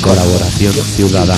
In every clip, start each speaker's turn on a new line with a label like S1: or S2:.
S1: Colaboración ciudadana.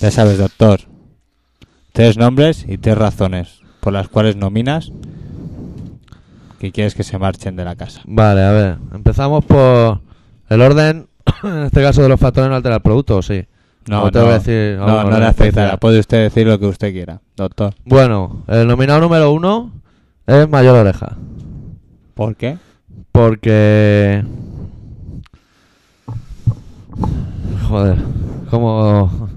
S2: Ya sabes, doctor. Tres nombres y tres razones por las cuales nominas que quieres que se marchen de la casa.
S3: Vale, a ver. Empezamos por el orden, en este caso, de los factores no altera el producto, ¿o sí?
S2: No,
S3: O
S2: no,
S3: te voy a decir
S2: no,
S3: algo
S2: no
S3: de
S2: le afectará.
S3: especial.
S2: Puede usted decir lo que usted quiera, doctor.
S3: Bueno, el nominado número uno es Mayor Oreja.
S2: ¿Por qué?
S3: Porque... Joder, ¿cómo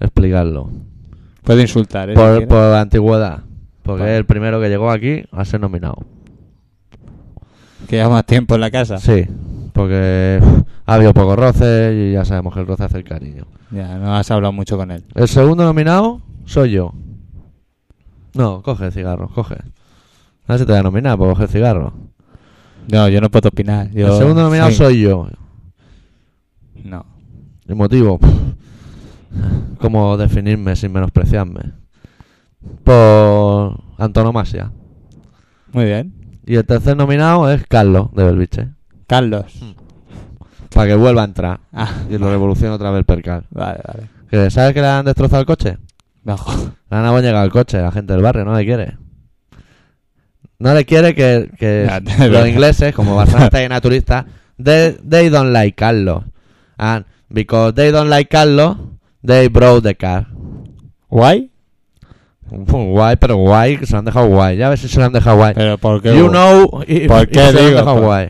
S3: explicarlo?
S2: Puede insultar, ¿eh? si
S3: Por,
S2: quiere.
S3: por antigüedad. Porque
S2: Vale.
S3: es el primero que llegó aquí a ser nominado.
S2: Que lleva más tiempo en la casa.
S3: Sí, porque uf, ha habido pocos roces y ya sabemos que el roce hace el cariño.
S2: Ya, no has hablado mucho con él.
S3: El segundo nominado soy yo. No, coge el cigarro, coge. A ver si te voy a nominar, pues coge el cigarro.
S2: No, yo no puedo opinar. Yo
S3: el segundo nominado
S2: soy-
S3: soy yo.
S2: No.
S3: El motivo. pf, ¿Cómo definirme sin menospreciarme? Por antonomasia.
S2: Muy bien.
S3: Y el tercer nominado es Carlos de Belviche.
S2: Carlos.
S3: Para que vuelva a entrar
S2: Ah,
S3: y lo revolucione otra vez el percal.
S2: vale, vale.
S3: ¿Que ¿Sabes que le han destrozado el coche?
S2: Bajo.
S3: Le han llegado el coche, la gente del barrio no le quiere. No le quiere que, que
S2: Ya, de
S3: los
S2: verdad.
S3: ingleses, como Barcelona está llena de turistas, they, they don't like Carlos. And because they don't like Carlos, they broke the car.
S2: ¿Guay?
S3: Guay, pero guay, que se lo han dejado guay. Ya ves si se lo han dejado guay.
S2: Pero ¿por qué?
S3: You
S2: gu-
S3: know, if-
S2: ¿Por
S3: if
S2: qué
S3: se lo han
S2: digo?
S3: dejado
S2: Por-
S3: guay.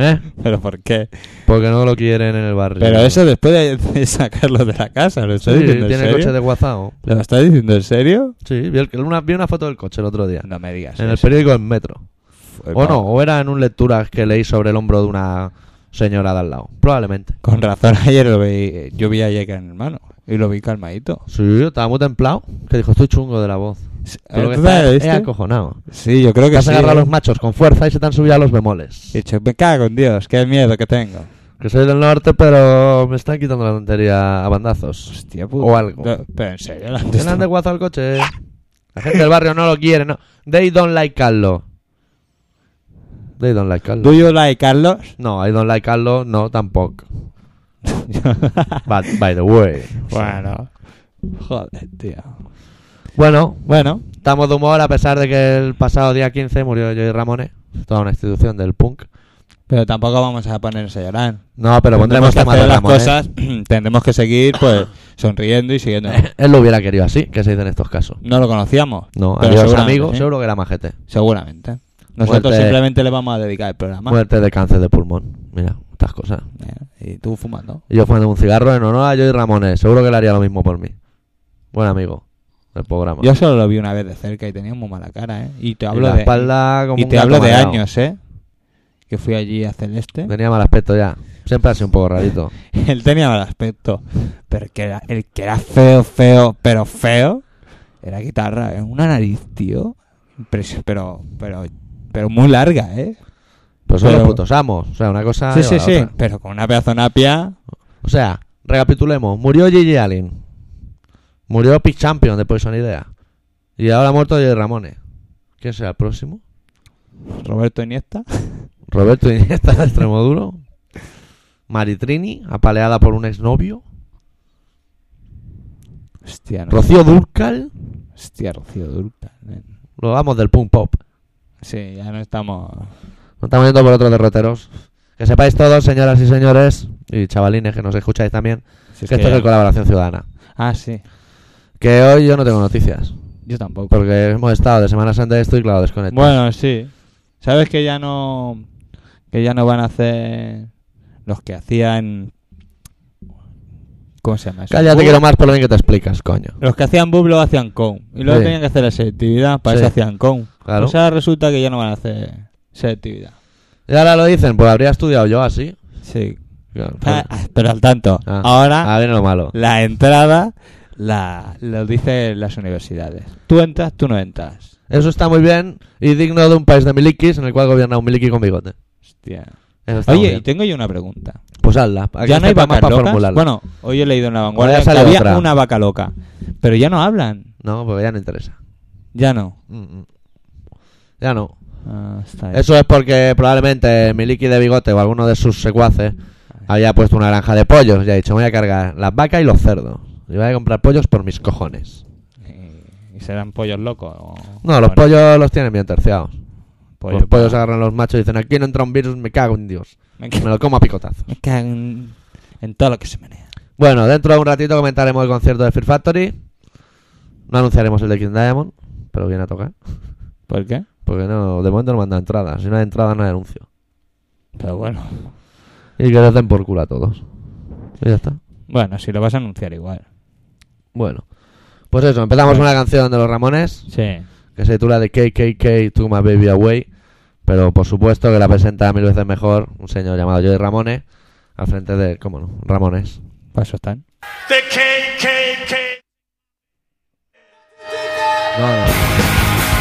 S3: ¿Eh?
S2: ¿Pero por qué?
S3: Porque no lo quieren en el barrio.
S2: Pero eso después de- de sacarlo de la casa. ¿Lo
S3: Sí,
S2: estás diciendo en
S3: tiene
S2: serio?
S3: coche de WhatsApp.
S2: ¿Lo estás diciendo en serio?
S3: Sí, vi, el- una, vi una foto del coche el otro día.
S2: No me digas.
S3: En el
S2: eso.
S3: periódico El Metro.
S2: Fue
S3: O
S2: pa-
S3: no, o era en un lecturas que leí sobre el hombro de una señora de al lado. Probablemente.
S2: Con razón, ayer lo vi. Yo vi ayer que eran hermanos. Y lo vi calmadito.
S3: Sí, estaba muy templado. Que dijo, estoy chungo de la voz. Pero que
S2: ¿Tú
S3: está,
S2: sabes
S3: es
S2: esto?
S3: acojonado.
S2: Sí, yo creo
S3: Te
S2: que
S3: has
S2: sí.
S3: agarrado a
S2: ¿eh?
S3: los machos con fuerza y se te han subido a los bemoles.
S2: He dicho, me cago en Dios, qué miedo que tengo.
S3: Que soy del norte, pero me están quitando la tontería a bandazos.
S2: Hostia puta.
S3: O algo.
S2: Uh, No, pero en serio, la
S3: ¿Quién han desguazado el coche? La gente del barrio no lo quiere, no. They don't like Carlos. They don't like Carlos.
S2: ¿Do you like Carlos?
S3: No, I don't like Carlos, no, tampoco. But, by the way.
S2: bueno. Joder, tío.
S3: Bueno,
S2: Bueno,
S3: Estamos de humor a pesar de que el pasado día 15 murió Joey Ramones, toda una institución del punk.
S2: pero tampoco vamos a ponerse a llorar.
S3: No, pero
S2: Tendremos
S3: pondremos
S2: que
S3: temas de
S2: hacer las
S3: Ramones.
S2: cosas, tendremos que seguir pues sonriendo y siguiendo.
S3: Él lo hubiera querido así, que se dice en estos casos.
S2: No lo conocíamos.
S3: No,
S2: pero
S3: adiós
S2: seguramente, ¿eh?
S3: amigos,
S2: sí.
S3: seguro que era majete.
S2: Seguramente. Nosotros
S3: Muerte.
S2: simplemente le vamos a dedicar el programa.
S3: Muerte de cáncer de pulmón. Mira, estas cosas.
S2: Mira, Eh, Y tú fumando.
S3: Y yo fumando un cigarro en honor a Joey Ramones, seguro que él haría lo mismo por mí. Buen amigo del programa.
S2: Yo solo lo vi una vez de cerca y tenía muy mala cara, ¿eh? Y te
S3: Y
S2: hablo
S3: la
S2: de
S3: espalda como
S2: y
S3: un
S2: te
S3: gato
S2: hablo de
S3: mareado.
S2: años, ¿eh? Que fui allí a Celeste.
S3: Tenía mal aspecto ya. Siempre ha sido un poco rarito.
S2: Él tenía mal aspecto. Pero el que era, el que era feo, feo, pero feo, era guitarra. Era una nariz, tío. Impresi- Pero, pero, pero muy larga, ¿eh?
S3: Pero son
S2: Pero-
S3: los putos amos. O sea, una cosa.
S2: sí,
S3: lleva
S2: sí,
S3: a la
S2: sí.
S3: otra.
S2: Pero con una pedazo de napia.
S3: O sea, recapitulemos. Murió Gigi Allen. Murió Pete Champion de Poison Idea. Y ahora ha muerto Jerry Ramones. ¿Quién será el próximo?
S2: Roberto Iniesta.
S3: Roberto Iniesta de Extremoduro. Maritrini, apaleada por un exnovio.
S2: Hostia, no.
S3: Rocío Durcal.
S2: Hostia, Rocío Durcal. nen.
S3: Lo vamos del punk pop.
S2: Sí, ya no estamos.
S3: No estamos yendo por otros derroteros. Que sepáis todos, señoras y señores, y chavalines que nos escucháis también,
S2: si es que
S3: que esto es
S2: ya
S3: de
S2: no-
S3: colaboración ciudadana.
S2: Ah, sí.
S3: Que hoy yo no tengo noticias.
S2: Yo tampoco.
S3: Porque hemos estado de Semana Santa y estoy, claro, desconectado.
S2: Bueno, sí. ¿Sabes que ya no que ya no van a hacer los que hacían ¿Cómo se llama eso?
S3: Calla, te
S2: Bub.
S3: quiero más por lo bien que te explicas, coño.
S2: Los que hacían bub lo hacían con y luego
S3: Sí.
S2: tenían que hacer la selectividad, para
S3: Sí.
S2: eso hacían con.
S3: Claro.
S2: O sea, resulta que ya no van a hacer selectividad.
S3: Y ahora lo dicen, pues habría estudiado yo así.
S2: Sí.
S3: Claro.
S2: Ah, ah, pero al tanto,
S3: Ah,
S2: ahora
S3: ah, viene lo malo.
S2: la entrada la lo dicen las universidades. Tú entras, tú no entras.
S3: Eso está muy bien y digno de un país de milikis en el cual gobierna un miliki con bigote.
S2: Hostia.
S3: Eso está muy
S2: Oye, y
S3: bien.
S2: tengo yo una pregunta.
S3: Pues hazla. aquí
S2: ¿Ya no hay
S3: está
S2: vacas
S3: para
S2: locas?
S3: formularla.
S2: Bueno, hoy he leído en La
S3: Ahora
S2: Vanguardia
S3: ya
S2: que
S3: sale
S2: había
S3: otra.
S2: una vaca loca. Pero ya no hablan.
S3: No, porque ya no interesa.
S2: Ya no.
S3: Mm, mm. Ya no.
S2: Ah, está bien.
S3: Eso es porque probablemente Miliki de Bigote o alguno de sus secuaces había puesto una granja de pollos y ha dicho, "Me voy a cargar las vacas y los cerdos. Y voy a comprar pollos por mis cojones.
S2: ¿Y- ¿Y serán pollos locos? o-
S3: No, los
S2: bueno,
S3: pollos los tienen bien terciados.
S2: pollos
S3: los pollos
S2: para-
S3: agarran a los machos y dicen, aquí no entra un virus, me cago en Dios.
S2: Me,
S3: Me
S2: ca-
S3: lo como a picotazos.
S2: me cago en, en todo lo que se menea.
S3: Bueno, dentro de un ratito comentaremos el concierto de Fear Factory. No anunciaremos el de King Diamond, pero viene a tocar.
S2: ¿Por qué?
S3: Porque no, de momento no manda entradas. Si no hay entradas, no hay anuncio.
S2: Pero bueno.
S3: Y que les den por culo a todos. Y ya está.
S2: Bueno, si lo vas a anunciar igual.
S3: Bueno, pues eso, empezamos con una canción de los Ramones
S2: Sí.
S3: que se titula The KKK Took My Baby Away, pero por supuesto que la presenta mil veces mejor un señor llamado Joey Ramones al frente de, cómo no, Ramones.
S2: Paso están.
S4: The KKK.
S3: No, no, no.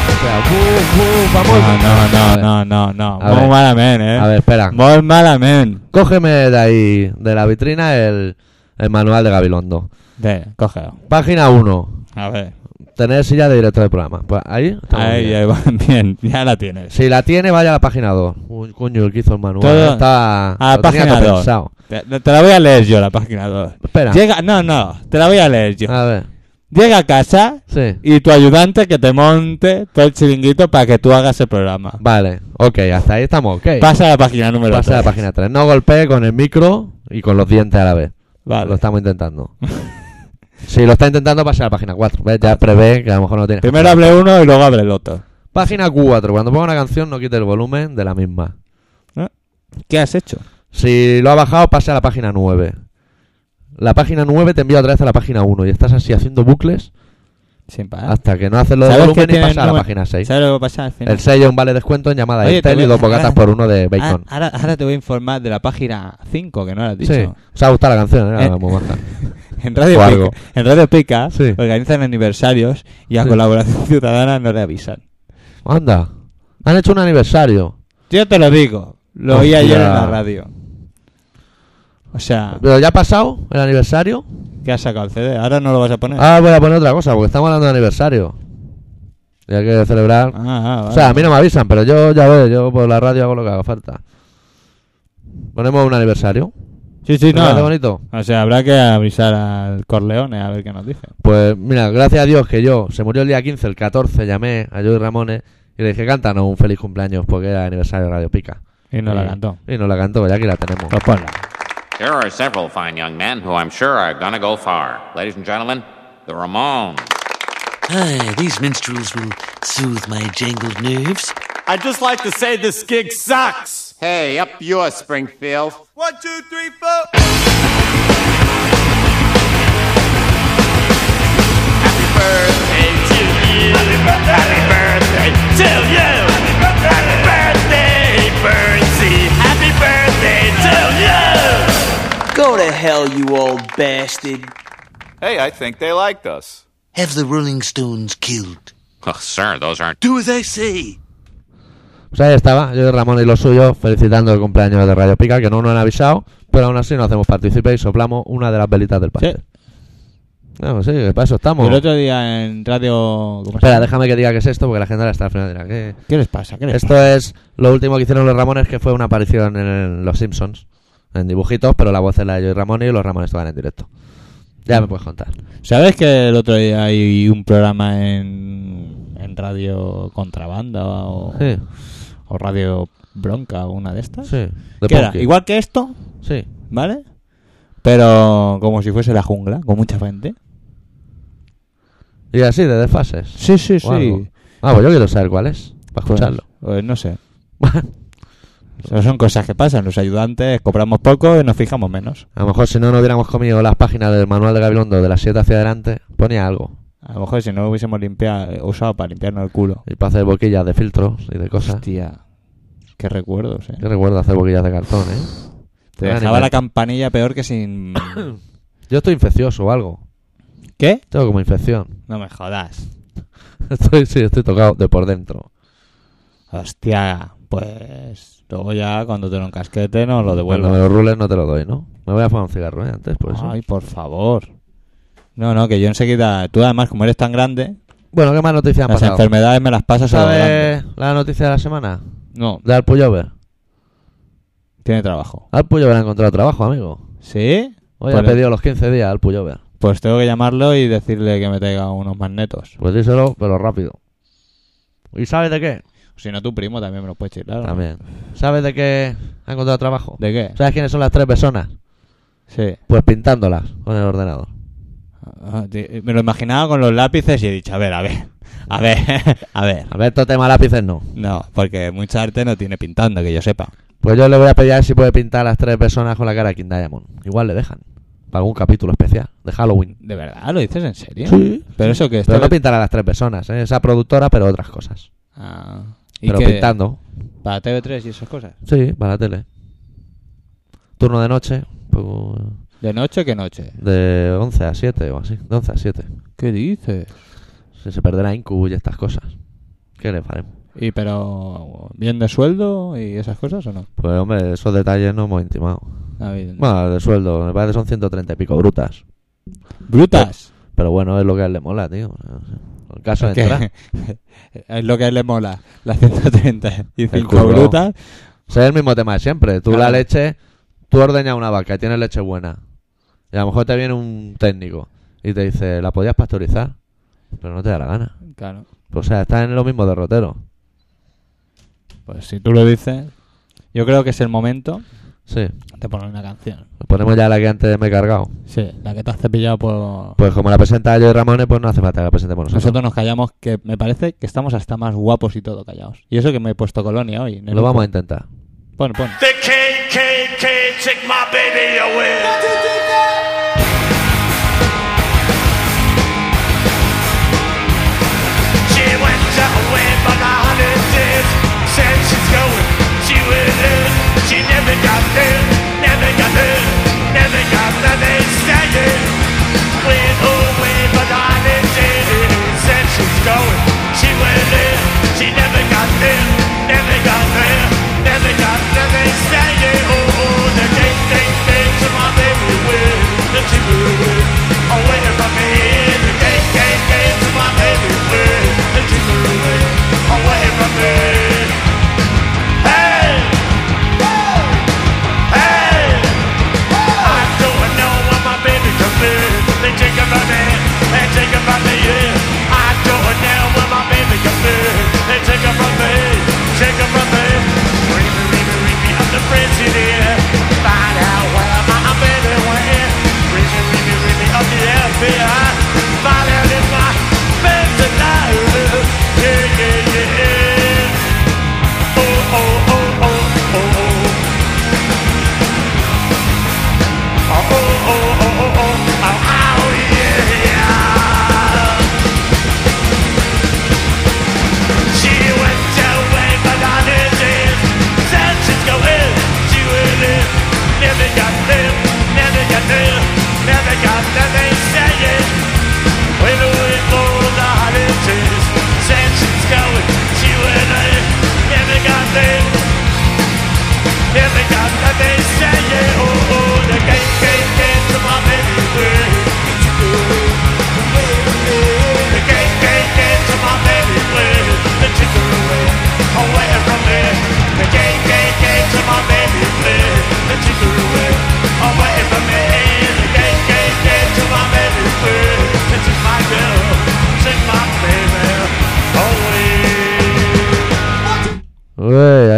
S3: O sea, bu, bu, vamos.
S2: No, no, no, no, no. no.
S3: A ver.
S2: Muy malamente, ¿eh?
S3: A ver, espera.
S2: Muy malamente.
S3: Cógeme de ahí, de la vitrina, el, el manual de Gabilondo.
S2: De, cógelo.
S3: Página 1.
S2: A ver.
S3: Tener silla de director del programa. Pues ahí. estamos
S2: Ahí,
S3: bien.
S2: ahí va. Bien, ya la tienes.
S3: Si la tiene, vaya a la página 2. Uy, coño, el que hizo el manual.
S2: Todo-
S3: Estaba,
S2: a la
S3: lo tenía
S2: página
S3: todo
S2: 2.
S3: pensado.
S2: Te, te la voy a leer yo, la página 2.
S3: Espera.
S2: Llega, no, no, te la voy a leer yo.
S3: A ver,
S2: Llega a casa
S3: sí.
S2: y tu ayudante que te monte todo el chiringuito para que tú hagas el programa.
S3: Vale, ok, hasta ahí estamos, ok.
S2: Pasa a la página número
S3: Pasa a la
S2: tres.
S3: página 3. No golpee con el micro y con los dientes a la vez. Lo
S2: Vale.
S3: estamos intentando. si lo está intentando, pasa a la página 4. ¿Ves? Ya prevé que a lo mejor no tiene.
S2: Primero hable uno y luego hable el otro.
S3: Página 4. Cuando ponga una canción, no quite el volumen de la misma.
S2: ¿Qué has hecho?
S3: Si lo ha bajado, pase a la página 9. La página 9 te envía otra vez a la página 1 y estás así haciendo bucles
S2: Sin parar.
S3: hasta que no haces lo del
S2: Ah. ¿Sabes qué
S3: volumen y
S2: tiene el
S3: pasa a la
S2: número?
S3: página 6.
S2: ¿Sabes lo que va a pasar al final?
S3: El sello es un vale descuento en llamada
S2: Oye,
S3: de Intel
S2: te
S3: y
S2: voy-
S3: dos bocatas
S2: ahora-
S3: por uno de
S2: Ah,
S3: bacon.
S2: Ahora, ahora te voy a informar de la página 5 que no la has dicho.
S3: sí, os ha gustado la canción, era
S2: Eh.
S3: muy maja.
S2: En Radio
S3: O algo.
S2: Pica, en Radio Pica
S3: Sí.
S2: organizan aniversarios y a
S3: Sí.
S2: Colaboración Ciudadana no le avisan.
S3: Anda, han hecho un aniversario.
S2: Yo te lo digo. Lo oí
S3: Hostia.
S2: ayer en la radio. O sea,
S3: Pero ya ha pasado el aniversario.
S2: ¿qué has sacado el CD? Ahora no lo vas a poner.
S3: Ahora voy a poner otra cosa porque estamos hablando de aniversario. Y hay que celebrar.
S2: Ah, ah,
S3: O
S2: vale.
S3: sea, a mí no me avisan, pero yo ya veo, yo por la radio hago lo que haga falta. Ponemos un aniversario.
S2: sí, sí,
S3: ¿Te parece
S2: no.
S3: Pues bonito?
S2: O sea, habrá que avisar al Corleone a ver qué nos dice.
S3: Pues mira, gracias a Dios que yo, se murió el día 15, el 14, llamé a Joey Ramones y le dije, cántanos un feliz cumpleaños porque era aniversario de Radio Pica.
S2: Y no
S3: Y-
S2: la cantó.
S3: Y no la cantó, ya aquí la tenemos.
S2: Pues ponla.
S5: There are several fine young men who I'm sure are gonna go far. Ladies and gentlemen, the Ramones.
S6: Aye, these minstrels will soothe my jangled nerves.
S4: I'd just like to say this gig sucks.
S5: Hey, up yours, Springfield.
S4: One, two, three, four. Happy birthday to you. Happy birthday to you. Happy birthday, Birdsey. Happy birthday to you.
S6: Go to hell, you old bastard.
S4: Hey, I think they liked us.
S6: Have the Rolling Stones killed.
S5: Oh, sir, those aren't.
S6: Do as I say.
S3: Pues ahí estaba, yo Ramón y los suyos felicitando el cumpleaños de Radio Pica, que no nos han avisado, pero aún así nos hacemos partícipe y soplamos una de las velitas del pastel. No, sí, que para
S2: Y
S3: eso estamos.
S2: el otro día en radio... ¿cómo se
S3: Espera,
S2: llama?
S3: déjame que diga qué es esto, porque la gente ahora está al final. dirá, ¿qué?
S2: ¿Qué les pasa? ¿Qué les
S3: Esto es lo último que hicieron los Ramones, que fue una aparición en Los Simpsons. En dibujitos, pero la voz es la de Joey Ramón y los Ramones tocan en directo. Ya me puedes contar.
S2: ¿Sabes que el otro día hay un programa en, en radio contrabanda o,
S3: Sí,
S2: o radio bronca o una de estas?
S3: sí. de
S2: Que era
S3: Punky.
S2: igual que esto,
S3: Sí.
S2: ¿vale? Pero como si fuese la jungla, con mucha gente.
S3: Y así, de desfases.
S2: Sí, sí, Pues,
S3: o algo. Ah, pues yo quiero saber cuál es, para escucharlo.
S2: no sé. Eso son cosas que pasan. Los ayudantes cobramos poco y nos fijamos menos.
S3: A lo mejor si no nos hubiéramos comido las páginas del manual de Gabilondo de las 7 hacia adelante, ponía algo.
S2: A lo mejor si no hubiésemos limpiado, usado para limpiarnos el culo.
S3: Y para hacer boquillas de filtros y de
S2: Ah.
S3: cosas.
S2: Hostia. Qué recuerdos, eh.
S3: Yo recuerdo hacer boquillas de cartón, ¿eh?
S2: Te
S3: Gran
S2: dejaba la
S3: invento.
S2: campanilla peor que sin...
S3: Yo estoy infeccioso o algo.
S2: ¿Qué?
S3: Tengo como infección.
S2: No me jodas.
S3: Estoy, sí, estoy tocado de por dentro.
S2: Hostia, pues luego ya cuando te lo encasquete no lo
S3: Bueno,
S2: devuelvo.
S3: los rules no te lo doy, ¿no? Me voy a fumar un cigarro ¿eh? antes, por eso.
S2: Ay, por favor. No, no, que yo enseguida... Tú además, como eres tan grande,
S3: Bueno, ¿qué más noticias han
S2: las
S3: pasado?
S2: enfermedades me las pasas a lo grande.
S3: ¿Sabes la noticia de la semana?
S2: No,
S3: De Alpuyover.
S2: tiene trabajo.
S3: Alpuyover ha encontrado trabajo, amigo.
S2: ¿Sí?
S3: Hoy
S2: Pues-
S3: ha pedido los 15 días al Puyover.
S2: Pues tengo que llamarlo y decirle que me traiga unos magnetos.
S3: Pues díselo, pero rápido. ¿Y sabes de qué?
S2: Si no, tu primo también me los puede chilar. ¿no?
S3: También. ¿Sabes de qué ha encontrado trabajo?
S2: ¿De qué?
S3: ¿Sabes quiénes son las tres personas?
S2: Sí.
S3: Pues pintándolas con el ordenador.
S2: Ah, te- Me lo imaginaba con los lápices y he dicho, a ver, a ver, a ver, a ver.
S3: A ver, todo tema lápices no.
S2: No, porque mucha arte no tiene pintando, que yo sepa.
S3: Pues yo le voy a pedir a ver si puede pintar a las tres personas con la cara de King Diamond. Igual le dejan. Para algún capítulo especial de Halloween.
S2: ¿De verdad? ¿Lo dices en serio?
S3: Sí.
S2: Pero eso que
S3: Pero
S2: está...
S3: no pintar a las tres personas, ¿eh? esa productora, pero otras cosas.
S2: Ah, ¿y
S3: Pero
S2: qué?
S3: pintando.
S2: Para TV3 y esas cosas.
S3: Sí, para la tele. Turno de noche, pues,
S2: ¿De noche qué noche?
S3: de 11 a 7 o así. De 11 a 7.
S2: ¿Qué dices?
S3: Si se perderá Incu y estas cosas. ¿Qué le faremos?
S2: ¿Y pero bien de sueldo y esas cosas o no?
S3: Pues hombre, esos detalles no hemos intimado.
S2: David, no.
S3: Bueno, de sueldo, me parece que son 130 y pico brutas.
S2: ¡Brutas!
S3: Pero bueno, es lo que a él le mola, tío. El caso de
S2: Que-
S3: entrar.
S2: es lo que a él le mola. Las 135
S3: curro.
S2: brutas.
S3: O sea, es el mismo tema de siempre. Tú la
S2: Claro.
S3: leche, tú ordeñas una vaca y tienes leche buena. Y a lo mejor te viene un técnico y te dice, la podías pasteurizar, pero no te da la gana.
S2: Claro.
S3: O sea, estás en lo mismo derrotero.
S2: Pues si tú lo dices, yo creo que es el momento
S3: Sí.
S2: de poner una canción.
S3: Ponemos ya la que antes me he cargado.
S2: Sí, la que te has cepillado por...
S3: Pues como la presenta yo y Ramones, pues no hace falta que la presentemos nosotros.
S2: Nosotros nos callamos, que me parece que estamos hasta más guapos y todo callados. Y eso que me he puesto colonia hoy.
S3: Lo vamos a intentar.
S2: Pon, pon.
S4: The KKK took my baby away. She went away for the hundred days. Said she's going, she will live. She never got there, never got there, never got nothing standing. Went away for the hundred days. Said she's going, she will live. She never got there, never got there, never got nothing standing. Oh, oh, the KKK took my baby Oh, Oh,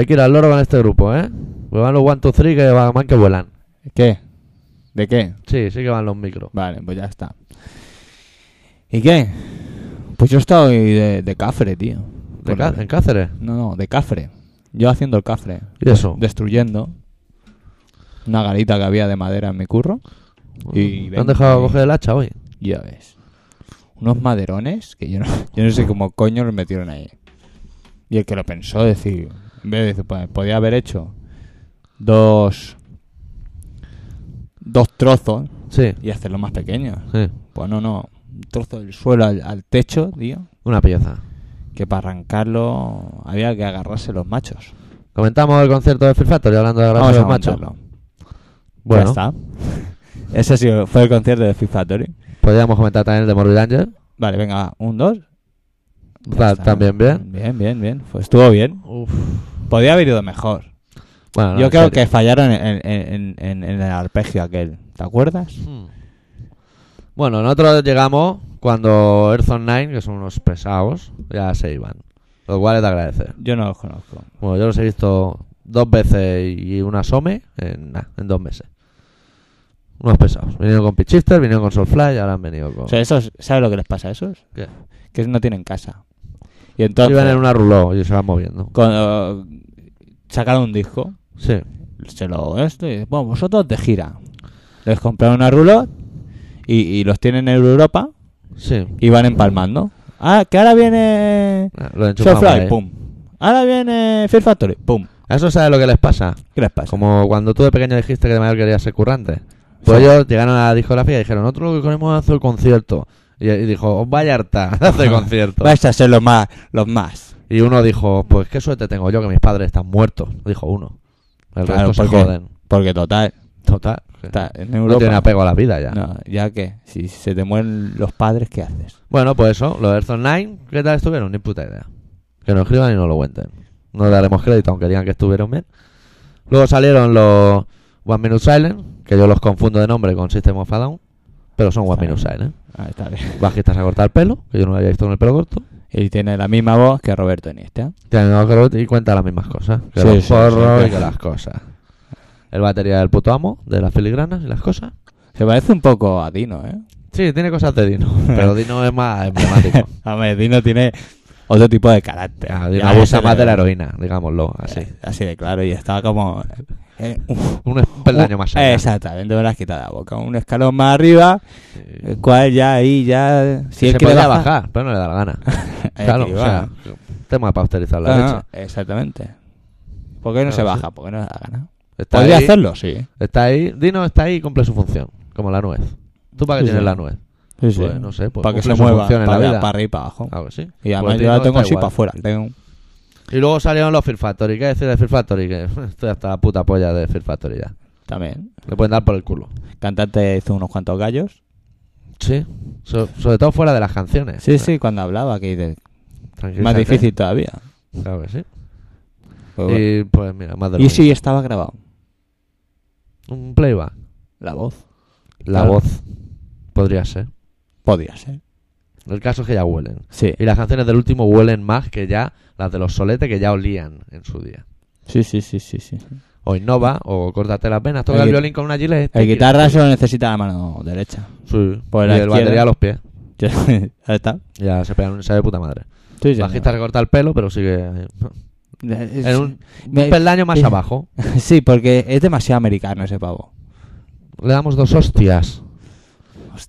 S3: que ir al loro con este grupo, ¿eh? Pues van los one, two, three que van van que vuelan.
S2: ¿Qué? ¿De qué?
S3: Sí, sí que van los micros.
S2: Vale, pues ya está. ¿Y qué? Pues yo estoy de, de cafre, tío.
S3: De
S2: Por
S3: Cá-
S2: la-
S3: ¿En Cáceres?
S2: No, no, de cafre. Yo haciendo el cafre.
S3: ¿Y eso?
S2: Destruyendo una garita que había de madera en mi curro. Y
S3: ¿Te han
S2: venga,
S3: dejado
S2: y-
S3: coger el hacha hoy?
S2: Ya ves. Unos maderones que yo no, yo no sé cómo coño los metieron ahí. Y el que lo pensó, decir, en vez de, pues, podía haber hecho dos dos trozos
S3: Sí.
S2: y hacerlo más pequeños.
S3: sí.
S2: Pues no, no, un trozo del suelo al, al techo, tío,
S3: Una pieza.
S2: que para arrancarlo había que agarrarse los machos.
S3: Comentamos el concierto de Fear Factory hablando de
S2: Vamos
S3: agarrarse
S2: a
S3: los machos.
S2: contarlo. Ya
S3: Bueno,
S2: está. Ese ha sido- fue el concierto de Fifth Factory.
S3: podríamos comentar también el de Morbid Angel.
S2: Vale, venga, va, un, dos. Ya
S3: Ta-
S2: está.
S3: también bien.
S2: Bien, bien, bien. Pues estuvo bien.
S3: Uf.
S2: Podía haber ido mejor.
S3: Bueno, Ah, no,
S2: Yo
S3: en
S2: creo
S3: serio.
S2: que fallaron en, en- en- en el arpegio aquel. ¿Te acuerdas?
S3: Hmm. Bueno, nosotros llegamos cuando Earth on Nine, que son unos pesados, ya se iban. Lo cual es de agradecer.
S2: Yo no los conozco.
S3: Bueno, yo los he visto dos veces y una some en, nah, en dos meses. Unos pesados. Vinieron con Pitchifter, vinieron con Soulfly y ahora han venido con.
S2: O sea, esos, ¿sabes lo que les pasa a esos?
S3: ¿Qué?
S2: Que no tienen casa. Y entonces,
S3: Iban en una ruló y se van moviendo.
S2: cuando sacaron un disco,
S3: Sí.
S2: se lo esto y bueno, vosotros de gira. Les compraron una rulot y, y los tienen en Europa
S3: Sí.
S2: y van empalmando. Ah, que ahora viene
S3: Ah, Lo enchufamos
S2: Soulfly,
S3: ahí.
S2: pum. Ahora viene Fear Factory, pum.
S3: A eso sabes lo que les pasa.
S2: ¿Qué les pasa?
S3: Como cuando tú de pequeño dijiste que de mayor querías ser currante. Pues
S2: Sí.
S3: ellos llegaron a la discografía y dijeron, nosotros lo que queremos es hacer el concierto. Y, y dijo, os vaya harta de hacer concierto.
S2: Vais a ser los más, los más.
S3: y uno dijo, pues qué suerte tengo yo que mis padres están muertos. Dijo uno. El
S2: Claro,
S3: resto se
S2: porque-
S3: joden.
S2: Porque total,
S3: Total.
S2: está en
S3: No
S2: Europa.
S3: tiene apego a la vida ya.
S2: No, ya que si se te mueren los padres, ¿qué haces?
S3: Bueno, pues eso, los Earth Online, ¿qué tal estuvieron? Ni puta idea. Que nos escriban y nos lo cuenten. No le daremos crédito, aunque digan que estuvieron bien. Luego salieron los One Minute Silent, que yo los confundo de nombre con System of a Down, pero son One
S2: Está
S3: Minute
S2: bien.
S3: Silent.
S2: Ah, está bien.
S3: Bajistas a cortar pelo, que yo no lo había visto con el pelo corto.
S2: Y tiene la misma voz que Roberto Iniesta.
S3: Tienen algo que ver Y cuenta las mismas cosas. Que
S2: Sí,
S3: los
S2: sí,
S3: porros
S2: sí.
S3: y que las cosas. El batería del puto amo, de las filigranas y las cosas.
S2: Se parece un poco a Dino, ¿eh?
S3: Sí, tiene cosas de Dino, pero Dino es más emblemático.
S2: a ver, Dino tiene otro tipo de carácter.
S3: Ah, Dino
S2: Ya
S3: abusa
S2: se
S3: más
S2: le-
S3: de la heroína, digámoslo así.
S2: Eh, Así de claro, y está como... eh, un-
S3: Un peldaño más allá.
S2: Eh, Exactamente, me la has quitado la boca. Un escalón más arriba,
S3: Sí.
S2: el cual ya ahí ya... Si
S3: Que
S2: él
S3: se
S2: quiere
S3: podría bajar, pero no le da la gana.
S2: Eh,
S3: claro,
S2: que
S3: o
S2: va.
S3: sea, tema para pasteurizar la
S2: Ah,
S3: leche.
S2: no, exactamente. ¿Por qué no
S3: Claro,
S2: se
S3: sí.
S2: baja? ¿Por qué no le da gana?
S3: Está
S2: Podría
S3: ahí,
S2: hacerlo, sí.
S3: Está ahí, Dino está ahí y cumple su función, como la nuez. ¿Tú para qué
S2: Sí,
S3: tienes
S2: sí.
S3: la nuez?
S2: Sí, sí.
S3: Pues no sé, pues
S2: para que
S3: cumple
S2: se
S3: su
S2: mueva,
S3: función en
S2: para,
S3: la
S2: allá,
S3: vida.
S2: para arriba y para abajo.
S3: Ah, pues sí.
S2: Y además
S3: Pues
S2: yo la
S3: Dino
S2: tengo
S3: está
S2: así
S3: igual.
S2: para afuera. la tengo-
S3: Y luego salieron los Fear Factory. ¿Qué decir de Fear Factory? Que estoy hasta la puta polla de Fear Factory ya.
S2: También.
S3: Le pueden dar por el culo.
S2: El cantante hizo unos cuantos gallos.
S3: Sí. So- sobre todo fuera de las canciones.
S2: Sí, sí, cuando hablaba, que dices,
S3: Tranquilízate.
S2: más difícil todavía.
S3: Claro que sí.
S2: Pues bueno.
S3: Y pues mira, más de lo
S2: Y
S3: mismo.
S2: si estaba grabado.
S3: Un playback.
S2: La voz.
S3: La
S2: Claro.
S3: voz. Podría ser.
S2: Podía ser.
S3: El caso es que ya huelen.
S2: Sí.
S3: Y las canciones del último huelen más que ya las de los soletes que ya olían en su día.
S2: Sí, sí, sí, sí, sí.
S3: O innova, o córtate las venas, toca
S2: El
S3: el
S2: guit-
S3: violín con una gilet.
S2: El guitarra solo necesita la mano derecha.
S3: Sí.
S2: Pues
S3: y
S2: la
S3: el
S2: izquierda.
S3: batería a los pies.
S2: Ya está.
S3: Ya se pegan un ensayo de puta madre.
S2: Sí, sí,
S3: Bajista recorta el pelo, pero sigue en
S2: no. Eh,
S3: un,
S2: Me-
S3: un peldaño más
S2: eh.
S3: abajo.
S2: Sí, porque es demasiado americano ese pavo.
S3: Le damos dos hostias.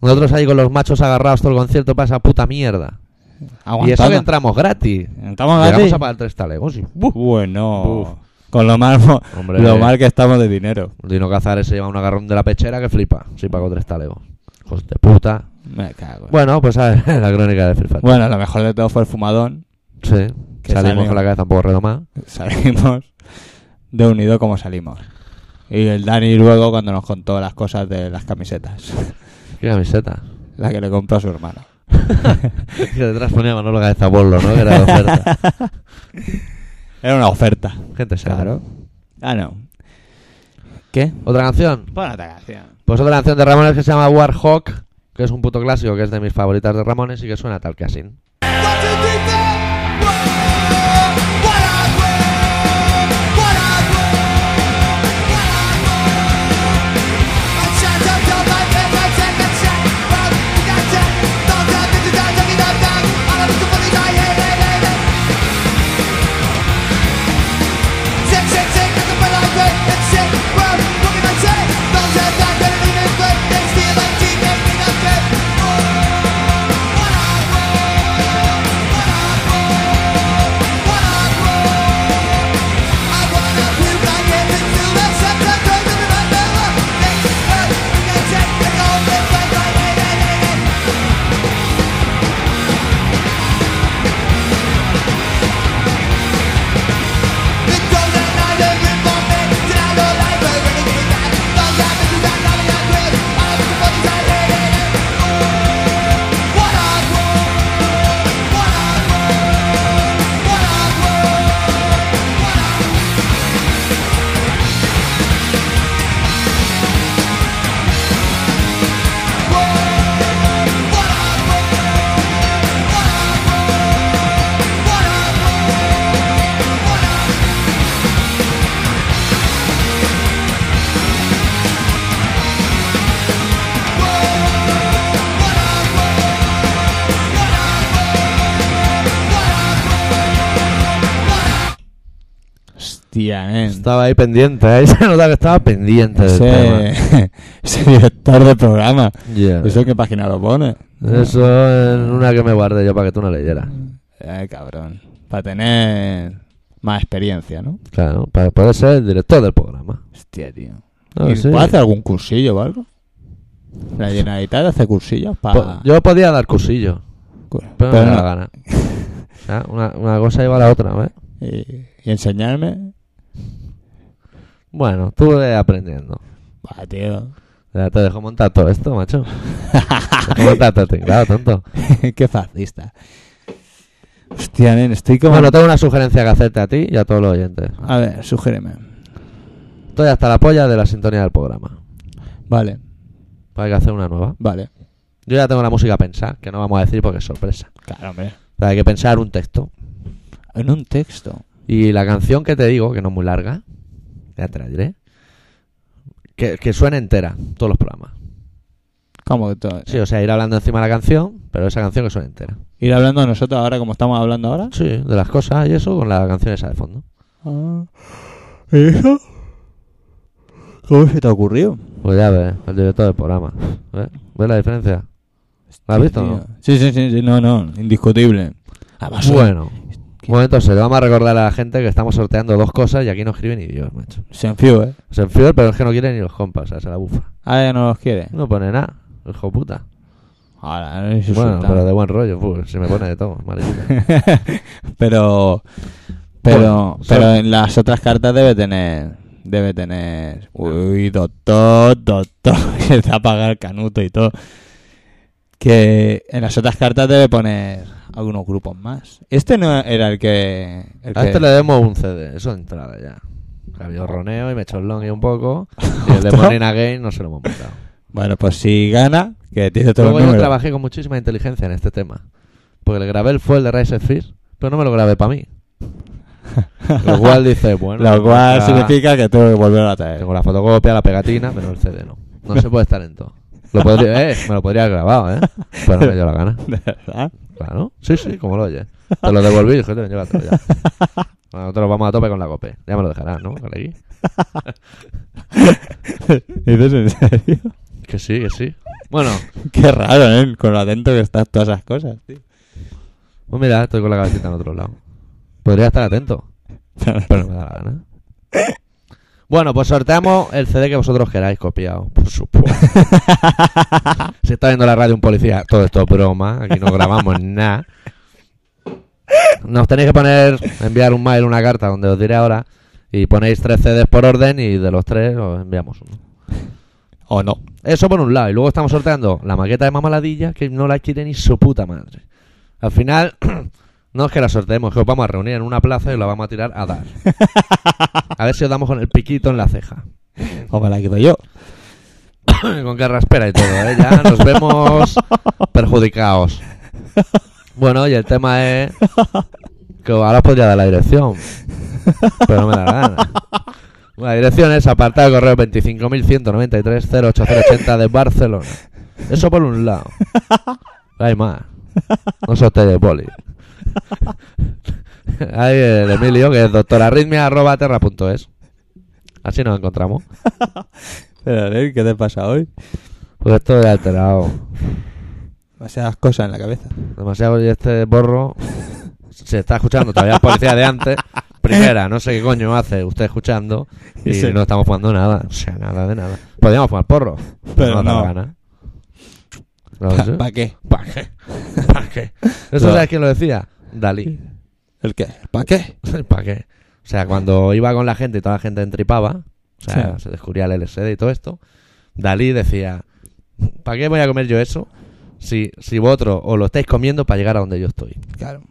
S3: Nosotros ahí con los machos agarrados todo el concierto para esa puta mierda. Y eso que
S2: Aguantando. Ah,
S3: entramos gratis.
S2: Entramos
S3: Llegamos
S2: gratis.
S3: a pagar tres talegos y ¡buf!
S2: Bueno,
S3: Buf.
S2: con lo mal,
S3: Hombre.
S2: lo mal que estamos de dinero.
S3: Dino Cazares se lleva un agarrón de la pechera que flipa. Sí, pagó tres talegos. Hijos de puta.
S2: Me cago. Bueno,
S3: Bueno, pues a ver, la crónica de Fear Factory.
S2: lo mejor de todo fue el fumadón.
S3: sí.
S2: que salió.
S3: Salimos con la cabeza un poco redomada.
S2: Salimos de unido como salimos. Y el Dani luego cuando nos contó las cosas de las camisetas.
S3: Qué camiseta.
S2: La que le compró a su hermana.
S3: que detrás ponía Manolo Cabeza Bolo, ¿no? Que era la oferta.
S2: Era una oferta.
S3: Gente sabe.
S2: Claro. Ah, no. ¿Qué?
S3: Otra canción.
S2: Pon otra canción.
S3: Pues otra canción de Ramones que se llama Warhawk, que es un puto clásico, que es de mis favoritas de Ramones y que suena tal que así.
S7: What do people want? What I will, Oh,
S2: Hostia, nen.
S3: Estaba ahí pendiente, ahí se nota que estaba pendiente del tema.
S2: Ese, ese director de programa.
S3: Yeah.
S2: ¿Eso en qué página lo pone?
S3: Eso es una que me guardé yo para que tú no leyeras.
S2: Eh, cabrón. Para tener más experiencia, ¿no?
S3: Claro, para poder ser el director del programa.
S2: Hostia, tío.
S3: No
S2: ¿Y
S3: sé.
S2: puede hacer algún cursillo o algo? La Generalitat hace cursillos para...
S3: Po- Yo podía dar cursillo,
S2: Pero,
S3: pero, Pues, no me
S2: no.
S3: da la gana. O sea, una, una cosa lleva a la otra, ¿eh? ¿ves?
S2: Y, y enseñarme...
S3: Bueno, tú ve aprendiendo.
S2: Buah, tío.
S3: Ya te dejo montar todo esto, macho. Te dejo montar todo el tinglado, tonto.
S2: qué fascista. Hostia, nen, estoy como...
S3: Bueno, tengo una sugerencia que hacerte a ti y a todos los oyentes.
S2: A ver, sugéreme.
S3: Estoy hasta la polla de la sintonía del programa.
S2: Vale,
S3: Pues hay que hacer una nueva.
S2: vale.
S3: Yo ya tengo la música pensada, que no vamos a decir porque es sorpresa.
S2: Claro, hombre.
S3: Pero hay que pensar un texto.
S2: En un texto.
S3: Y la canción que te digo, que no es muy larga, ya te la diré, que, que suene entera, todos los programas.
S2: ¿Cómo que todo?
S3: Sí, o sea, ir hablando encima de la canción, pero esa canción que suene entera.
S2: Ir hablando nosotros ahora como estamos hablando ahora.
S3: Sí, de las cosas y eso con la canción esa de fondo.
S2: Ah. ¿Y eso? ¿Cómo se te ha ocurrido?
S3: Pues ya ves, el director del programa. ¿Ves, ¿Ves la diferencia? ¿La has visto o no?
S2: Sí, sí, sí, sí, no, no, indiscutible. Además,
S3: Bueno, momento serio. Vamos a recordar a la gente que estamos sorteando dos cosas y aquí no escribe ni Dios, macho.
S2: se enfío, ¿eh?
S3: Se enfió, pero es que no quiere ni los compas, o sea, se la bufa.
S2: Ahora ya no los quiere.
S3: No pone nada, hijo puta.
S2: Ahora, no se
S3: Bueno,
S2: insulta.
S3: pero de buen rollo, pues, se me pone de todo, maldita.
S2: pero,
S3: Bueno,
S2: pero, pero
S3: solo-
S2: en las otras cartas debe tener, debe tener, uy, doctor, doctor, que te apaga el canuto y todo. Que en las otras cartas debe poner algunos grupos más. Este no era el que, el
S3: A
S2: que-
S3: este le demos un CD, eso de entrada ya. Ha habido roneo y me y un poco. Y el de
S2: Otro.
S3: Morning Again no se lo hemos montado.
S2: Bueno, pues si gana, que tiene todo el
S3: Luego yo
S2: número.
S3: trabajé con muchísima inteligencia en este tema. Porque le grabé el fue el de Rise of Fear, pero no me lo grabé para mí. Lo cual dice, bueno. pues ah.
S2: Lo cual
S3: ya
S2: significa que tengo que volver a traer.
S3: Tengo la fotocopia, la pegatina, pero el CD no. No se puede estar en todo. Lo podría, eh, me lo podría haber grabado, ¿eh? Pero no me dio la gana.
S2: ¿De verdad?
S3: Claro, sí, sí, como lo oyes. Te lo devolví y dije, "Ten, llévatelo ya. Bueno, nosotros vamos a tope con la cope. Ya me lo dejarás, ¿no? Colegui?
S2: ¿Dices en serio?
S3: Que sí, que sí. Bueno,
S2: Qué raro, ¿eh? Con lo atento que estás todas esas cosas, tío.
S3: pues mira, estoy con la cabecita en otro lado. Podría estar atento, pero no me da la gana. Bueno, pues sorteamos el CD que vosotros queráis copiado, por supuesto. Se está viendo la radio un policía. Todo esto es broma, aquí no grabamos nada. Nos tenéis que poner, enviar un mail, una carta, donde os diré ahora, y ponéis tres CDs por orden y de los tres os enviamos uno.
S2: o no.
S3: Eso por un lado. Y luego estamos sorteando la maqueta de Mamaladilla, que no la quiere ni su puta madre. Al final, no es que la sorteemos, es que os vamos a reunir en una plaza y la vamos a tirar a dar. A ver si os damos con el piquito en la ceja.
S2: O me la quedo yo.
S3: con carraspera y todo, ¿eh? Ya nos vemos perjudicados. Bueno, y el tema es que ahora os podría dar la dirección, pero no me da la gana. La dirección es apartado de correo 25.193.08080 de Barcelona. Eso por un lado. No Hay más. No sorteéis boli. Hay el Emilio que es doctorarritmia.terra.es. Así nos encontramos.
S2: Pero a ver, ¿qué te pasa hoy?
S3: Pues estoy alterado.
S2: Demasiadas cosas en la cabeza.
S3: Demasiado y este borro se está escuchando todavía el policía de antes. Primera, no sé qué coño hace usted escuchando y
S2: Sí.
S3: no estamos jugando nada, o sea, nada de nada. Podríamos fumar porro,
S2: Pero
S3: nos da
S2: no.
S3: la gana. No
S2: ¿Para
S3: sé.
S2: qué?
S3: ¿Pa qué? ¿Pa qué? ¿Eso
S2: No.
S3: sabes quién lo decía? Dalí.
S2: ¿El qué? ¿Para qué?
S3: ¿Para qué? O sea, cuando iba con la gente y toda la gente entripaba, o sea,
S2: Sí.
S3: se descubría el LSD y todo esto, Dalí decía, ¿para qué voy a comer yo eso si, si vosotros os lo estáis comiendo para llegar a donde yo estoy?
S2: Claro.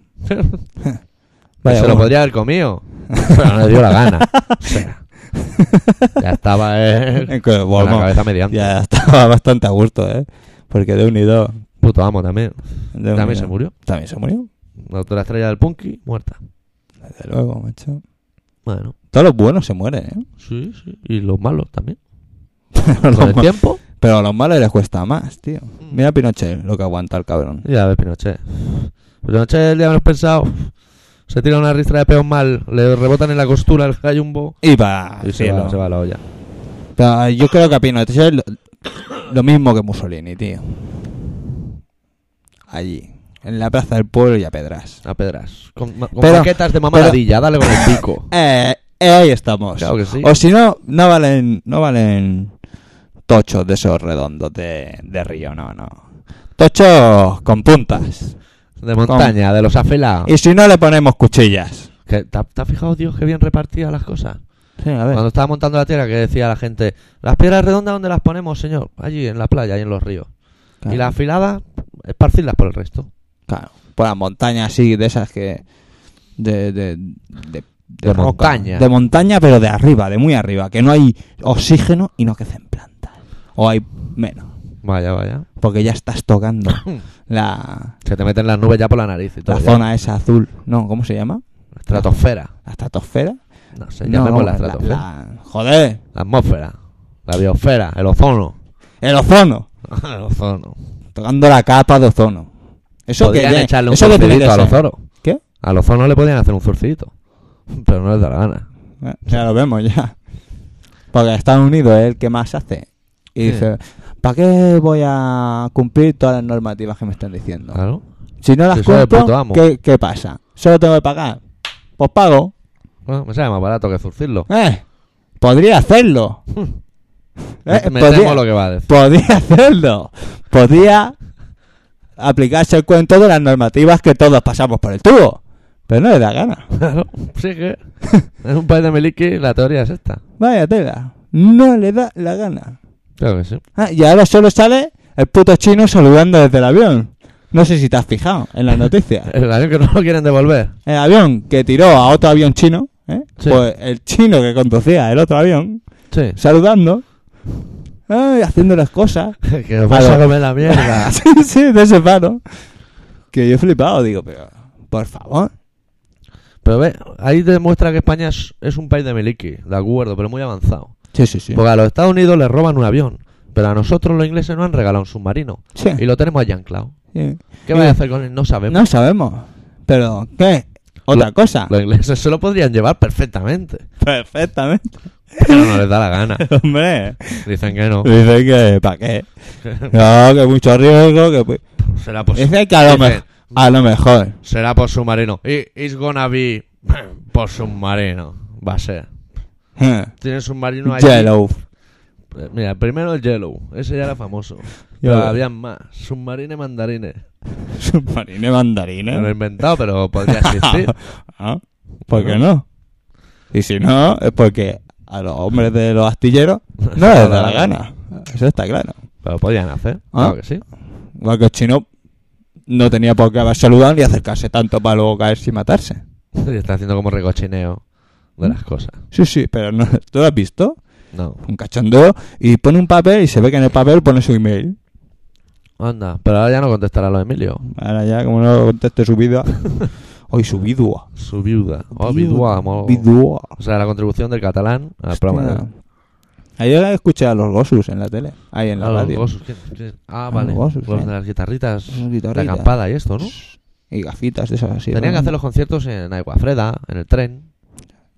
S3: Que
S2: Vaya,
S3: se lo
S2: uno.
S3: podría haber comido. Pero no le dio la gana. O sea, ya estaba eh,
S2: Eh, que,
S3: con la
S2: bueno,
S3: cabeza mediante.
S2: ya estaba bastante a gusto, ¿eh? Porque de unido.
S3: Puto amo también.
S2: De
S3: También se murió.
S2: También se murió.
S3: La otra estrella del punky, muerta.
S2: Desde luego, macho.
S3: Bueno,
S2: Todos los buenos se mueren, ¿eh?
S3: sí, sí. Y los malos también.
S2: Los
S3: Con el Mm.
S2: ma-
S3: tiempo.
S2: Pero a los malos les cuesta más, tío. Mira a Pinochet lo que aguanta el cabrón.
S3: Ya ves, Pinochet. Pinochet el día menos pensado. se tira una ristra de peón mal, le rebotan en la costura el Hayumbo
S2: Y para
S3: y se
S2: cielo.
S3: va, se va a la olla.
S2: O sea, eh, yo creo que Pino Teixeira es lo, lo mismo que Mussolini, tío. Allí, en la plaza del pueblo y a pedras.
S3: A pedras. Con, ma- con
S2: Pero-
S3: maquetas de
S2: pero-
S3: mamadilla, dale con el pico.
S2: Eh, eh, ahí estamos.
S3: Claro que sí.
S2: O si no, no valen, no valen tochos de esos redondos de, de río, no, no. Tochos con puntas.
S3: De montaña, de los afelados.
S2: Y si no, le ponemos cuchillas.
S3: Que- ¿Te, ha- te has fijado, Dios, qué bien repartidas las cosas?
S2: Sí, a ver.
S3: Cuando estaba montando la tierra, que decía la gente, las piedras redondas, ¿dónde las ponemos, señor? Allí, en la playa y en los ríos.
S2: Claro,
S3: Y las afiladas, esparcirlas por el resto.
S2: claro. Por las montañas así, de esas que... De, de, de, de
S3: De
S2: roca.
S3: montaña.
S2: De montaña, pero de arriba, de muy arriba. Que no hay oxígeno y no crecen plantas. O hay menos.
S3: Vaya, vaya.
S2: Porque ya estás tocando la,
S3: Se te meten las nubes ya por la nariz y todo.
S2: la
S3: ya.
S2: zona esa azul. No, ¿cómo se llama?
S3: Estratosfera.
S2: ¿La estratosfera?
S3: No sé, llamemos la
S2: la-
S3: estratosfera. La,
S2: la- Joder,
S3: atmósfera. La biosfera. El ozono.
S2: el ozono.
S3: el ozono.
S2: Tocando la capa de ozono. Eso que,
S3: Podrían
S2: ya-
S3: echarle un
S2: eso que tiene que
S3: zurcidito al
S2: ser.
S3: ozono.
S2: ¿Qué?
S3: Al ozono le podían hacer un zurcidito. Pero no les da la gana.
S2: Eh, Ya lo vemos, ya. Porque Estados Unidos es el que más hace. Y
S3: Sí.
S2: dice, ¿para qué voy a cumplir todas las normativas que me están diciendo?
S3: Claro.
S2: Si no las
S3: Si soy Ah, el puto
S2: cumplo,
S3: amo.
S2: ¿qué, qué pasa? ¿Solo tengo que pagar? Pues pago.
S3: Bueno, me sale más barato que zurcirlo.
S2: Eh, podría hacerlo. Eh,
S3: me
S2: podría-
S3: temo lo que va a decir.
S2: podía hacerlo. Podía aplicarse el cuento de las normativas que todos pasamos por el tubo. Pero no le da gana.
S3: Claro, sí que en un país de Miliki la teoría es esta.
S2: Vaya tela. No le da la gana.
S3: Claro que sí.
S2: Ah, y ahora solo sale el puto chino saludando desde el avión. No sé si te has fijado en las noticias.
S3: El avión que no lo quieren devolver.
S2: El avión que tiró a otro avión chino, ¿eh?
S3: Sí.
S2: pues el chino que conducía el otro avión,
S3: Sí.
S2: saludando, ay, haciendo las cosas.
S3: que os vas a
S2: Claro.
S3: comer la mierda.
S2: sí, sí, de ese paro. Que yo he flipado, digo, pero por favor.
S3: pero ve, ahí demuestra que España es, es un país de Miliki, de acuerdo, pero muy avanzado.
S2: Sí, sí, sí.
S3: Porque a los Estados Unidos les roban un avión, pero a nosotros los ingleses nos han regalado un submarino.
S2: Sí,
S3: Y lo tenemos allá anclado.
S2: sí.
S3: ¿Qué
S2: Y-
S3: vaya a hacer con él? No sabemos.
S2: No sabemos. Pero, ¿qué? Otra
S3: Lo-
S2: cosa.
S3: Los ingleses se lo podrían llevar perfectamente,
S2: Perfectamente.
S3: pero no les da la gana.
S2: Hombre.
S3: Dicen que no.
S2: Dice que, ¿para qué? No, que mucho riesgo. Que... pu-
S3: Será por,
S2: Dice que a lo,
S3: Dice-
S2: mejor a lo mejor.
S3: será por submarino. I- It's gonna be por submarino. Va a ser. Tiene submarino allí.
S2: Hmm. Yellow.
S3: Eh, Mira, primero el Yellow, ese ya era famoso. Pero
S2: Yellow.
S3: habían más, submarines mandarines.
S2: Submarino
S3: Me lo he
S2: mandarina.
S3: inventado, pero podría existir.
S2: Ah, ¿Por qué no? Y si no, es porque a los hombres de los astilleros no les da la gana. Eso está claro.
S3: pero podían hacer,
S2: Ah.
S3: claro que sí.
S2: Igual que el chino no tenía por qué haber saludado ni acercarse tanto para luego caerse y matarse.
S3: Y está haciendo como recochineo de
S2: Mm.
S3: las cosas.
S2: Sí, sí, pero no, ¿tú lo has visto?
S3: No,
S2: Un cachondeo y pone un papel y se ve que en el papel pone su email.
S3: anda, pero ahora ya no contestará los Emilio.
S2: Ahora ya, como no conteste su vida. Hoy su vidua.
S3: Su viuda. Oh, vidua, mo-
S2: Vidua.
S3: O sea, la contribución del catalán al
S2: Hostia.
S3: programa. de-
S2: Ayer escuché a los Gosus en la tele. Ahí en la
S3: Ah, los
S2: radio.
S3: gossos, ¿quién- quién? Ah,
S2: Ah,
S3: vale.
S2: los gossos,
S3: Los
S2: sí.
S3: de las guitarritas
S2: Esas
S3: de
S2: guitarritas.
S3: acampada y esto, ¿no?
S2: Y gafitas de esas así.
S3: Tenían que
S2: redondas.
S3: hacer los conciertos en Aguafreda, en el tren.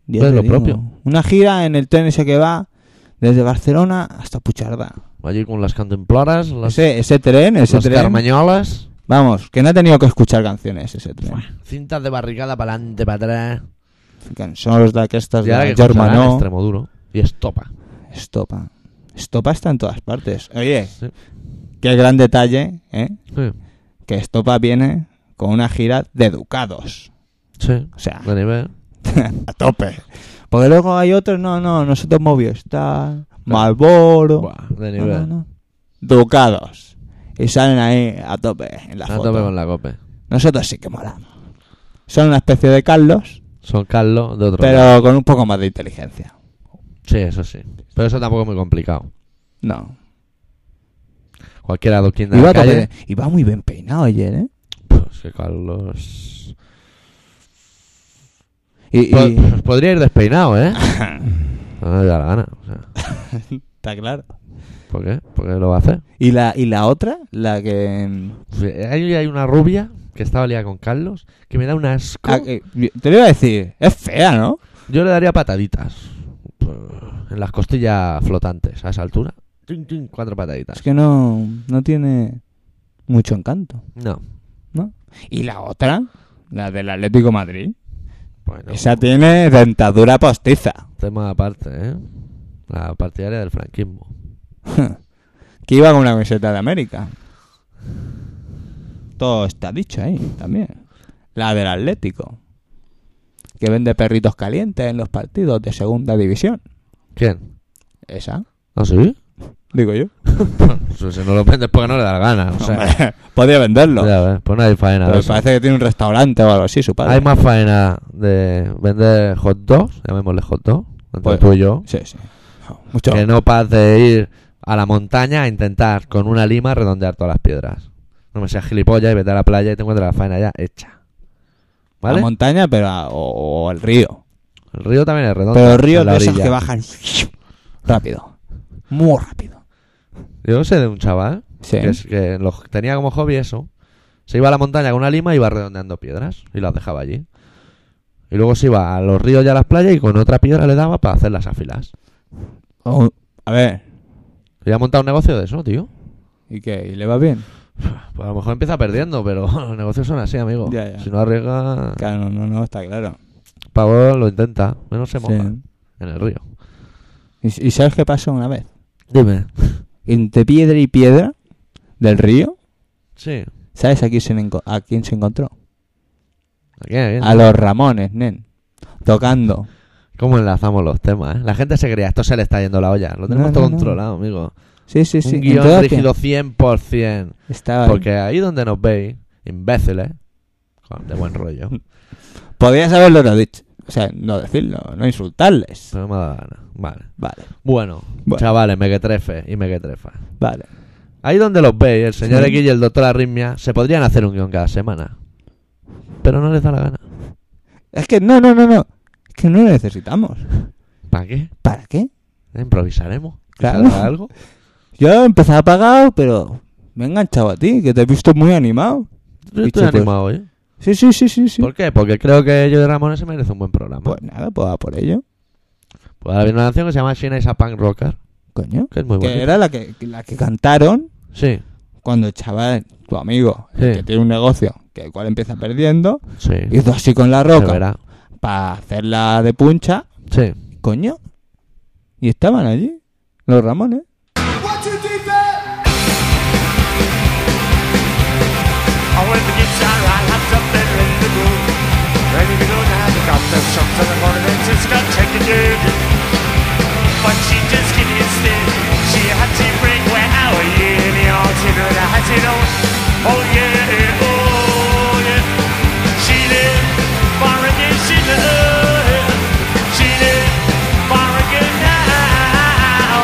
S2: Ya
S3: pues
S2: te
S3: lo
S2: digo.
S3: propio.
S2: Una gira en el tren ese que va desde Barcelona hasta Puchardá.
S3: Allí con las cantimploras, las,
S2: Ese, ese tren, ese
S3: las
S2: tren.
S3: carmañolas.
S2: Vamos, que no ha tenido que escuchar canciones ese tren.
S3: Cintas de barricada para adelante, para atrás.
S2: Canciones de estas
S3: Y ahora
S2: de
S3: que escucharán
S2: Germanó.
S3: extremo duro. Y estopa.
S2: Estopa. Estopa está en todas partes. Oye,
S3: Sí.
S2: qué gran detalle, ¿eh?
S3: Sí.
S2: Que Estopa viene con una gira de educados.
S3: sí.
S2: O sea,
S3: De nivel.
S2: a tope. Porque luego hay otros, no, no, nosotros Movistar, Malboro.
S3: Buah, de nivel.
S2: Ducados. Y salen ahí a tope en la
S3: A
S2: foto.
S3: tope con la cope.
S2: Nosotros sí que molamos. Son una especie de Carlos,
S3: Son Carlos de otro lado.
S2: pero con un poco más de inteligencia.
S3: Sí, eso sí. Pero eso tampoco es muy complicado.
S2: No.
S3: Cualquiera adoquín de
S2: Y va,
S3: la
S2: a tope
S3: calle.
S2: de- y va muy bien peinado ayer, ¿eh?
S3: Pues que Carlos.
S2: Y, y-
S3: Po- pues podría ir despeinado, ¿eh? No le da la gana. o sea,
S2: Está claro.
S3: ¿Por qué? ¿Por qué lo va a hacer?
S2: ¿Y la, y la otra? La que... mm,
S3: Pues, Ahí hay una rubia que estaba liada con Carlos, que me da un asco.
S2: Ah, que- Te lo iba a decir, es fea, ¿no?
S3: Yo le daría pataditas pues, en las costillas flotantes a esa altura. Tin, tin, Cuatro
S2: Es
S3: pataditas.
S2: que no, no tiene mucho encanto.
S3: No.
S2: ¿Y la otra? La del Atlético de Madrid.
S3: Bueno,
S2: Esa tiene dentadura postiza.
S3: tema aparte, ¿eh? La partidaria del franquismo.
S2: que iba con una camiseta de América. Todo está dicho ahí también. La del Atlético. Que vende perritos calientes en los partidos de segunda división.
S3: ¿Quién?
S2: Esa,
S3: ¿No sí?
S2: digo yo.
S3: Pues si no lo vendes porque no le da la gana. O sea,
S2: Hombre, Podía venderlo.
S3: ya ves, pues no hay faena. de
S2: Pero
S3: eso.
S2: parece que tiene un restaurante o algo así, su padre.
S3: Hay más faena de vender hot dogs, llamémosle hot dogs, entre
S2: Pues-
S3: tú y yo,
S2: Sí, sí. Mucho.
S3: que no paz de ir a la montaña a intentar con una lima redondear todas las piedras. No me seas gilipollas y vete a la playa y te encuentras la faena ya hecha.
S2: La
S3: ¿Vale?
S2: montaña, pero a- o, o al río.
S3: El río también es redondo.
S2: Pero ríos
S3: en la
S2: de esos
S3: orilla.
S2: que bajan rápido. Muy rápido.
S3: Yo sé de un chaval
S2: Sí.
S3: que, es- que lo- tenía como hobby eso. Se iba a la montaña con una lima y iba redondeando piedras y las dejaba allí. Y luego se iba a los ríos y a las playas y con otra piedra le daba para hacer las afilas.
S2: O- a ver,
S3: Y ha montado un negocio de eso, tío.
S2: ¿y qué? ¿Y le va bien?
S3: Pues a lo mejor empieza perdiendo, pero los negocios son así, amigo.
S2: Ya, ya.
S3: Si no arriesga,
S2: Claro, no, no, no, está claro.
S3: pavo lo intenta. Menos se moja
S2: Sí.
S3: en el río.
S2: ¿Y, y sabes qué pasó una vez?
S3: Dime.
S2: Entre piedra y piedra del río,
S3: Sí.
S2: ¿sabes a quién se, enco- a quién se encontró?
S3: Aquí, aquí.
S2: A los Ramones, nen. Tocando.
S3: ¿Cómo enlazamos los temas? eh? La gente se crea, esto se le está yendo la olla. Lo tenemos
S2: No,
S3: todo
S2: no, no.
S3: controlado, amigo.
S2: Sí, sí, sí.
S3: Un guión
S2: Entonces,
S3: rígido 100%.
S2: Estaba ahí.
S3: Porque ahí donde nos veis, imbéciles, con- de buen rollo,
S2: Podías haberlo no dicho. O sea, no decirlo, no insultarles.
S3: pero me ha dado gana. Vale.
S2: Vale,
S3: Bueno,
S2: Bueno.
S3: chavales, mequetrefe y mequetrefa.
S2: vale.
S3: Ahí donde los veis, el señor
S2: Sí.
S3: X y el doctor Arritmia se podrían hacer un guión cada semana. Pero no les da la gana.
S2: Es que no, no, no, no. Es que no lo necesitamos.
S3: ¿Para qué?
S2: ¿Para qué?
S3: Improvisaremos. ¿Que
S2: Claro.
S3: salga algo?
S2: Yo empezaba apagado, pero me he enganchado a ti, que te he visto muy animado.
S3: Yo
S2: Bicho,
S3: estoy
S2: pues.
S3: animado hoy.
S2: Sí, sí, sí, sí, sí.
S3: ¿Por qué? Porque creo que yo de Ramones se merece un buen programa.
S2: Pues nada, pues a por ello.
S3: Pues ahora viene una canción que se llama China is a Punk Rocker,
S2: Coño.
S3: que es muy
S2: Que
S3: buena.
S2: era la que, la que cantaron
S3: Sí,
S2: cuando el chaval, tu amigo, el
S3: Sí.
S2: que tiene un negocio, que el cual empieza perdiendo,
S3: sí.
S2: hizo así con la
S3: Se
S2: roca
S3: verá.
S2: para hacerla de puncha,
S3: Sí.
S2: coño. Y estaban allí, los Ramones.
S4: Oh, with the guitar, I locked up there in the room. Ready to go now, the doctor shocked to the corner, and just got taken in. But she just couldn't stand. She had to break where our uni all she know that had to know. Oh yeah, oh yeah. She lived far again, she lived. She lived far again now.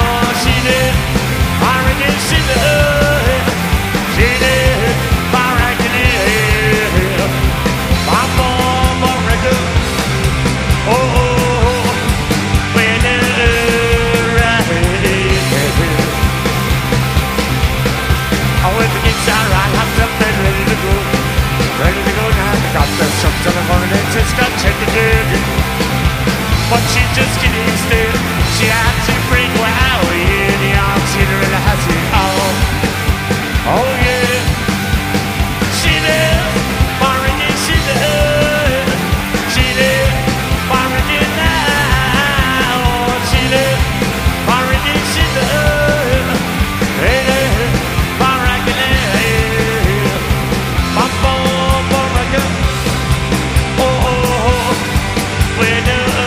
S4: She lived far again, she lived. She lived far again. My former record. Oh, oh, oh. when it arrived. I went to get Sarah, I hopped up and ready to go. Ready to go now, I got the shots on the phone and just got taken in. But she just couldn't stay. She had to break where I was in the arms, hit her in the house, oh, oh yeah. She lived far again, she lived. She lived far again now. She lived far again, she lived. Hey, hey, far again, hey. Bum, bum, far again. Oh, oh, oh. When the rain.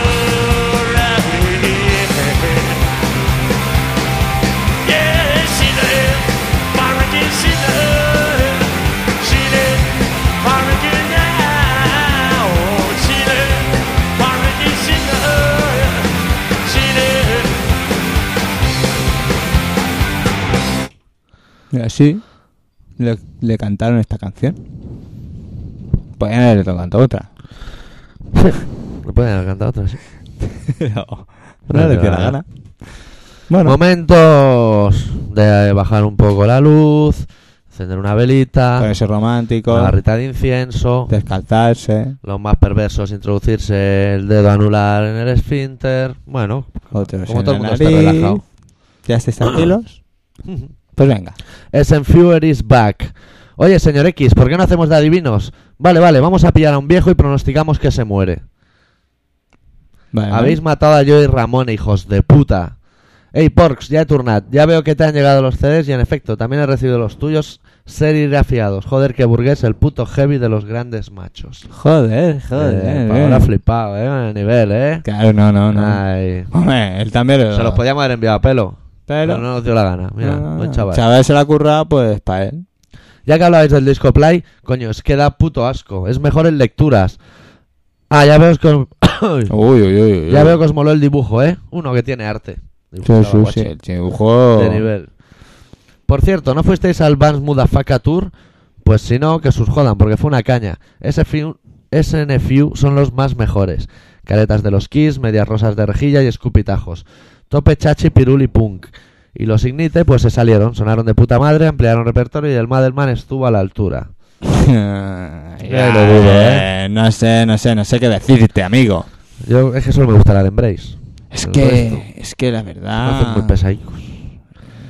S4: Yeah, she lived far again, she lived. She lived far again now. Oh, She lived far again, she lived. Oh, She lived
S2: Y así le, le cantaron esta canción. Pues ya le cantó otra.
S3: No pueden haber cantado otra, sí.
S2: no, no le dio la gana. Bueno,
S3: Momentos de bajar un poco la luz, encender una velita,
S2: Ponerse romántico,
S3: una garrita de incienso,
S2: descalzarse,
S3: los más perversos introducirse el dedo anular en el esfínter. Bueno,
S2: otros
S3: como
S2: en
S3: todo el
S2: la
S3: mundo está
S2: nariz.
S3: relajado.
S2: ¿Ya estáis tranquilos? Pues venga.
S3: Fewer is back. Oye, señor X, ¿por qué no hacemos de adivinos? Vale, vale, vamos a pillar a un viejo y pronosticamos que se muere.
S2: Vale,
S3: Habéis matado a Joey Ramón, hijos de puta. Ey, Porks, ya he turnat. Ya veo que te han llegado los CDs y en efecto, también he recibido los tuyos serigrafiados. Joder, que burgués, el puto heavy de los grandes machos.
S2: Joder,
S3: Eh,
S2: joder.
S3: Paola
S2: eh.
S3: ha flipado, ¿eh? Con el nivel, ¿eh?
S2: Claro, no, no, no.
S3: Ay.
S2: Hombre, él también lo...
S3: Ah, Se los podíamos haber enviado a pelo.
S2: Pero-
S3: Pero no nos dio la gana. Mira,
S2: No, no,
S3: buen
S2: no.
S3: chaval.
S2: Chaval se la curra, pues para él.
S3: Ya que hablabais del disco play, coño, es que da puto asco. Es mejor en lecturas. Ah, ya veo que os,
S2: Uy, uy, uy. uy.
S3: ya veo que os moló el dibujo, ¿eh? Uno que tiene arte.
S2: Sí,
S3: Dibujaba
S2: sí,
S3: guachi.
S2: sí. El dibujo.
S3: de nivel. Por cierto, ¿no fuisteis al Vans Mudafaka Tour? Pues si no, que sus jodan, porque fue una caña. SFU SNFU son los más mejores. Caretas de los Kiss, medias rosas de rejilla y escupitajos. Tope chachi, pirul y punk. Y los Ignite pues se salieron, sonaron de puta madre, ampliaron repertorio y el Madelman estuvo a la altura.
S2: Ya
S3: lo dudo,
S2: eh, No sé, no sé, no sé qué decirte, amigo.
S3: Yo es que solo me gusta la de Embrace.
S2: Es
S3: El
S2: que, Ah.
S3: resto.
S2: es que la
S3: Me hacen
S2: verdad.
S3: muy pesaicos.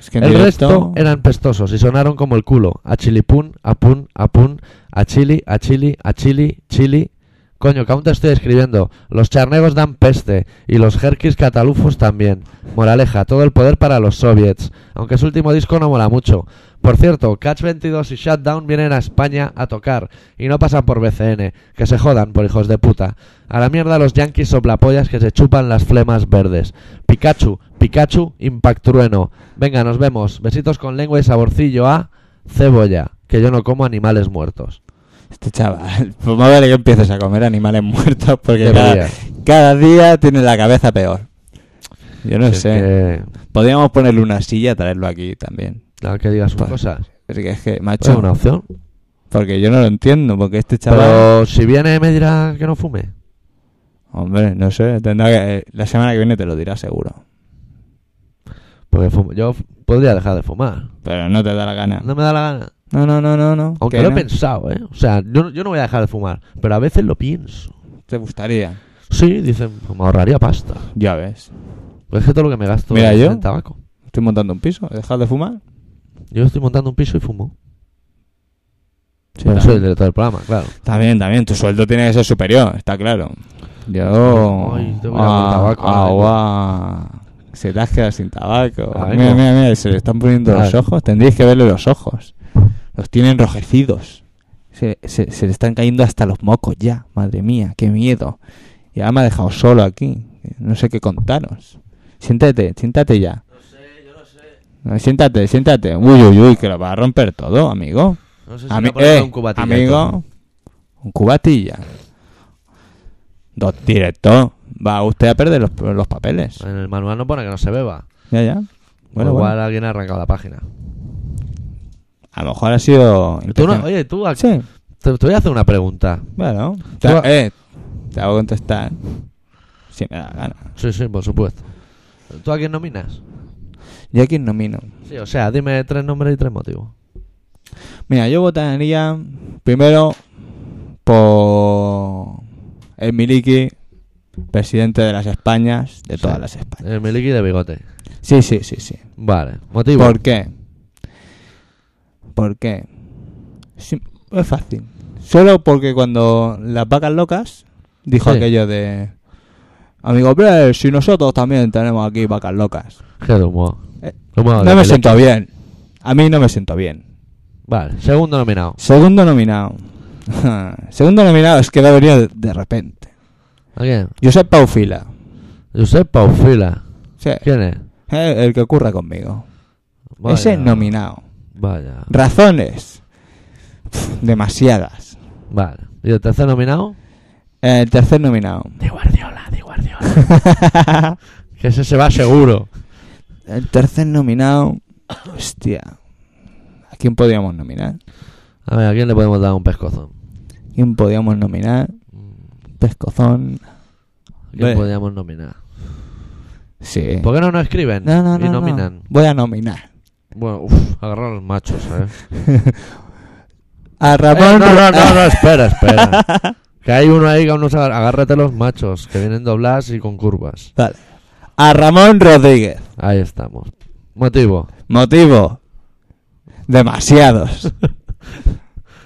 S2: es que en
S3: El
S2: directo-
S3: resto eran pestosos y sonaron como el culo. A chilipun, a pun, a pun, a chili, a chili, a chili, chili. Coño, que aún te estoy escribiendo. Los charnegos dan peste y los jerkis catalufos también. Moraleja, todo el poder para los soviets. Aunque su último disco no mola mucho. Por cierto, Catch 22 y Shutdown vienen a España a tocar y no pasan por BCN. Que se jodan por hijos de puta. A la mierda los yankees soplapollas que se chupan las flemas verdes. Pikachu, Pikachu, Impactrueno. Venga, nos vemos. Besitos con lengua y saborcillo a cebolla, que yo no como animales muertos.
S2: Este chaval, pues más vale que empieces a comer animales muertos porque cada,
S3: Deberías.
S2: cada día tiene la cabeza peor. Yo no
S3: Si es
S2: sé.
S3: que-
S2: Podríamos ponerle una silla y traerlo aquí también.
S3: claro, que digas sus
S2: Pues,
S3: cosas.
S2: Porque es que,
S3: Pues Es
S2: macho,
S3: una opción.
S2: porque yo no lo entiendo, porque este chaval...
S3: Pero si viene me dirá que no fume.
S2: Hombre, no sé, tendrá que... eh, La semana que viene te lo dirá seguro.
S3: Porque fumo- yo f- podría dejar de fumar.
S2: Pero no te da la gana.
S3: No me da la gana.
S2: No, no, no, no, no.
S3: Aunque
S2: que
S3: lo he
S2: no.
S3: pensado, ¿eh? O sea, yo, no- yo no voy a dejar de fumar. Pero a veces lo pienso.
S2: Te gustaría.
S3: Sí, dicen, me ahorraría pasta.
S2: Ya ves.
S3: Pues es que todo lo que me gasto
S2: Mira,
S3: es
S2: yo-
S3: en tabaco.
S2: Estoy montando un piso. ¿Dejas de fumar?
S3: Yo estoy montando un piso y fumo.
S2: Sí,
S3: Bueno,
S2: también.
S3: soy el director del programa, claro.
S2: También, también. Tu sueldo tiene que ser superior, está claro. Yo.
S3: Ay, tengo que ir a por tabaco, madre
S2: agua. Se te has quedado sin tabaco.
S3: Tabaco.
S2: Mira, mira, mira, se le están poniendo los
S3: Claro.
S2: ojos. Tendríais que verle los ojos. Los tiene enrojecidos. Se, se- se le están cayendo hasta los mocos ya. Madre mía, qué miedo. Y ahora me ha dejado solo aquí. No sé qué contaros. Siéntate, siéntate ya. No, Siéntate, siéntate. Uy, uy, uy, que lo va a romper todo, amigo.
S3: No sé
S2: Ami-
S3: me ponen
S2: eh, amigo, un cubatilla. Dos directos. Va usted a perder los, los papeles.
S3: En el manual no pone que no se beba.
S2: Ya, ya. Bueno,
S3: O igual
S2: bueno.
S3: alguien ha arrancado la página.
S2: A lo mejor ha sido.
S3: Tú no-
S2: intención-
S3: oye, tú, a-
S2: Sí,
S3: te, te voy a hacer una pregunta.
S2: bueno. O sea,
S3: Tú a-
S2: eh, te hago contestar. Si me da la gana.
S3: Sí, sí, por supuesto. ¿Tú a quién nominas?
S2: Yo a quién nomino.
S3: Sí, o sea, dime tres nombres y tres motivos.
S2: Mira, yo votaría primero por el Miliki, presidente de las Españas, de todas
S3: Sí.
S2: las Españas.
S3: El Miliki Eh, de bigote.
S2: Sí, sí, sí, sí.
S3: Vale, motivo.
S2: ¿Por qué? ¿Por qué? Sim- es fácil. Solo porque cuando las vacas locas dijo
S3: Sí.
S2: aquello de Amigo Blair, si nosotros también tenemos aquí vacas locas.
S3: Qué humo.
S2: Eh, no me siento bien. A mí no me siento bien.
S3: Vale, segundo nominado.
S2: Segundo nominado. Segundo nominado es que debería de, de repente.
S3: ¿A quién?
S2: Josep Paufila.
S3: Josep Paufila.
S2: Sí,
S3: ¿Quién es?
S2: eh, el que ocurra conmigo.
S3: Vaya,
S2: Ese nominado.
S3: Vaya.
S2: Razones. Pf, demasiadas.
S3: Vale. ¿Y el tercer nominado?
S2: Eh, El tercer nominado.
S3: De Guardiola, de Guardiola. que ese se va seguro.
S2: El tercer nominado. Hostia. ¿A quién podíamos nominar?
S3: A ver, ¿a quién le podemos dar un pescozón?
S2: ¿Quién podíamos nominar? Pescozón.
S3: ¿A quién
S2: Ve.
S3: podríamos nominar?
S2: Sí.
S3: ¿Por qué no nos escriben?
S2: No, no, no.
S3: Y
S2: no.
S3: nominan.
S2: Voy a nominar.
S3: Bueno, uff, agarrar a los machos, ¿eh?
S2: A
S3: Eh,
S2: Ramón.
S3: no, no, no, no, espera, espera. que hay uno ahí que aún no sabe. Agárrate a los machos, que vienen dobladas y con curvas.
S2: Vale. A Ramón Rodríguez.
S3: Ahí estamos. Motivo.
S2: Motivo. Demasiados.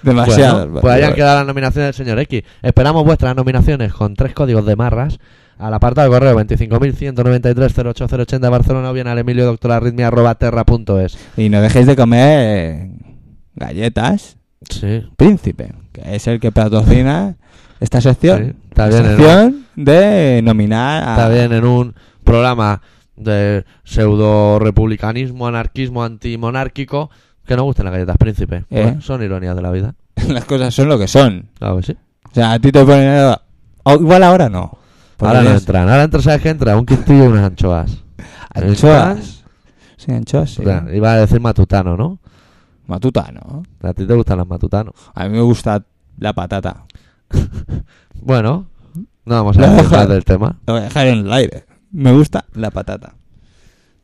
S2: Demasiados.
S3: Bueno, pues hayan quedado las nominaciones del señor X. Esperamos vuestras nominaciones con tres códigos de marras al apartado de correo 25.193.08080 Barcelona o bien al emilio doctorarritmia.terra.es.
S2: Y no dejéis de comer galletas.
S3: Sí.
S2: Príncipe, que es el que patrocina esta sección.
S3: Sí, está bien, ¿no?
S2: sección de nominar a...
S3: Está bien, en un programa de pseudo republicanismo, anarquismo antimonárquico, que no gustan las galletas, príncipe.
S2: Eh.
S3: Bueno, son ironías de la vida.
S2: Las cosas son lo que son.
S3: Claro que sí.
S2: O sea, a ti te ponen... o igual ahora no.
S3: ahora no
S2: Pones
S3: entran. Ahora entra, ¿sabes qué entra? Un quintillo y unas anchoas.
S2: Anchoas.
S3: ¿eh?
S2: Sí, anchoas, sí.
S3: O sea, iba a decir matutano, ¿no?
S2: Matuta, ¿no?
S3: A ti te gustan las matutanos.
S2: A mí me gusta la patata.
S3: Bueno, no vamos a hablar más del tema.
S2: Lo voy a dejar en el aire. Me gusta la patata.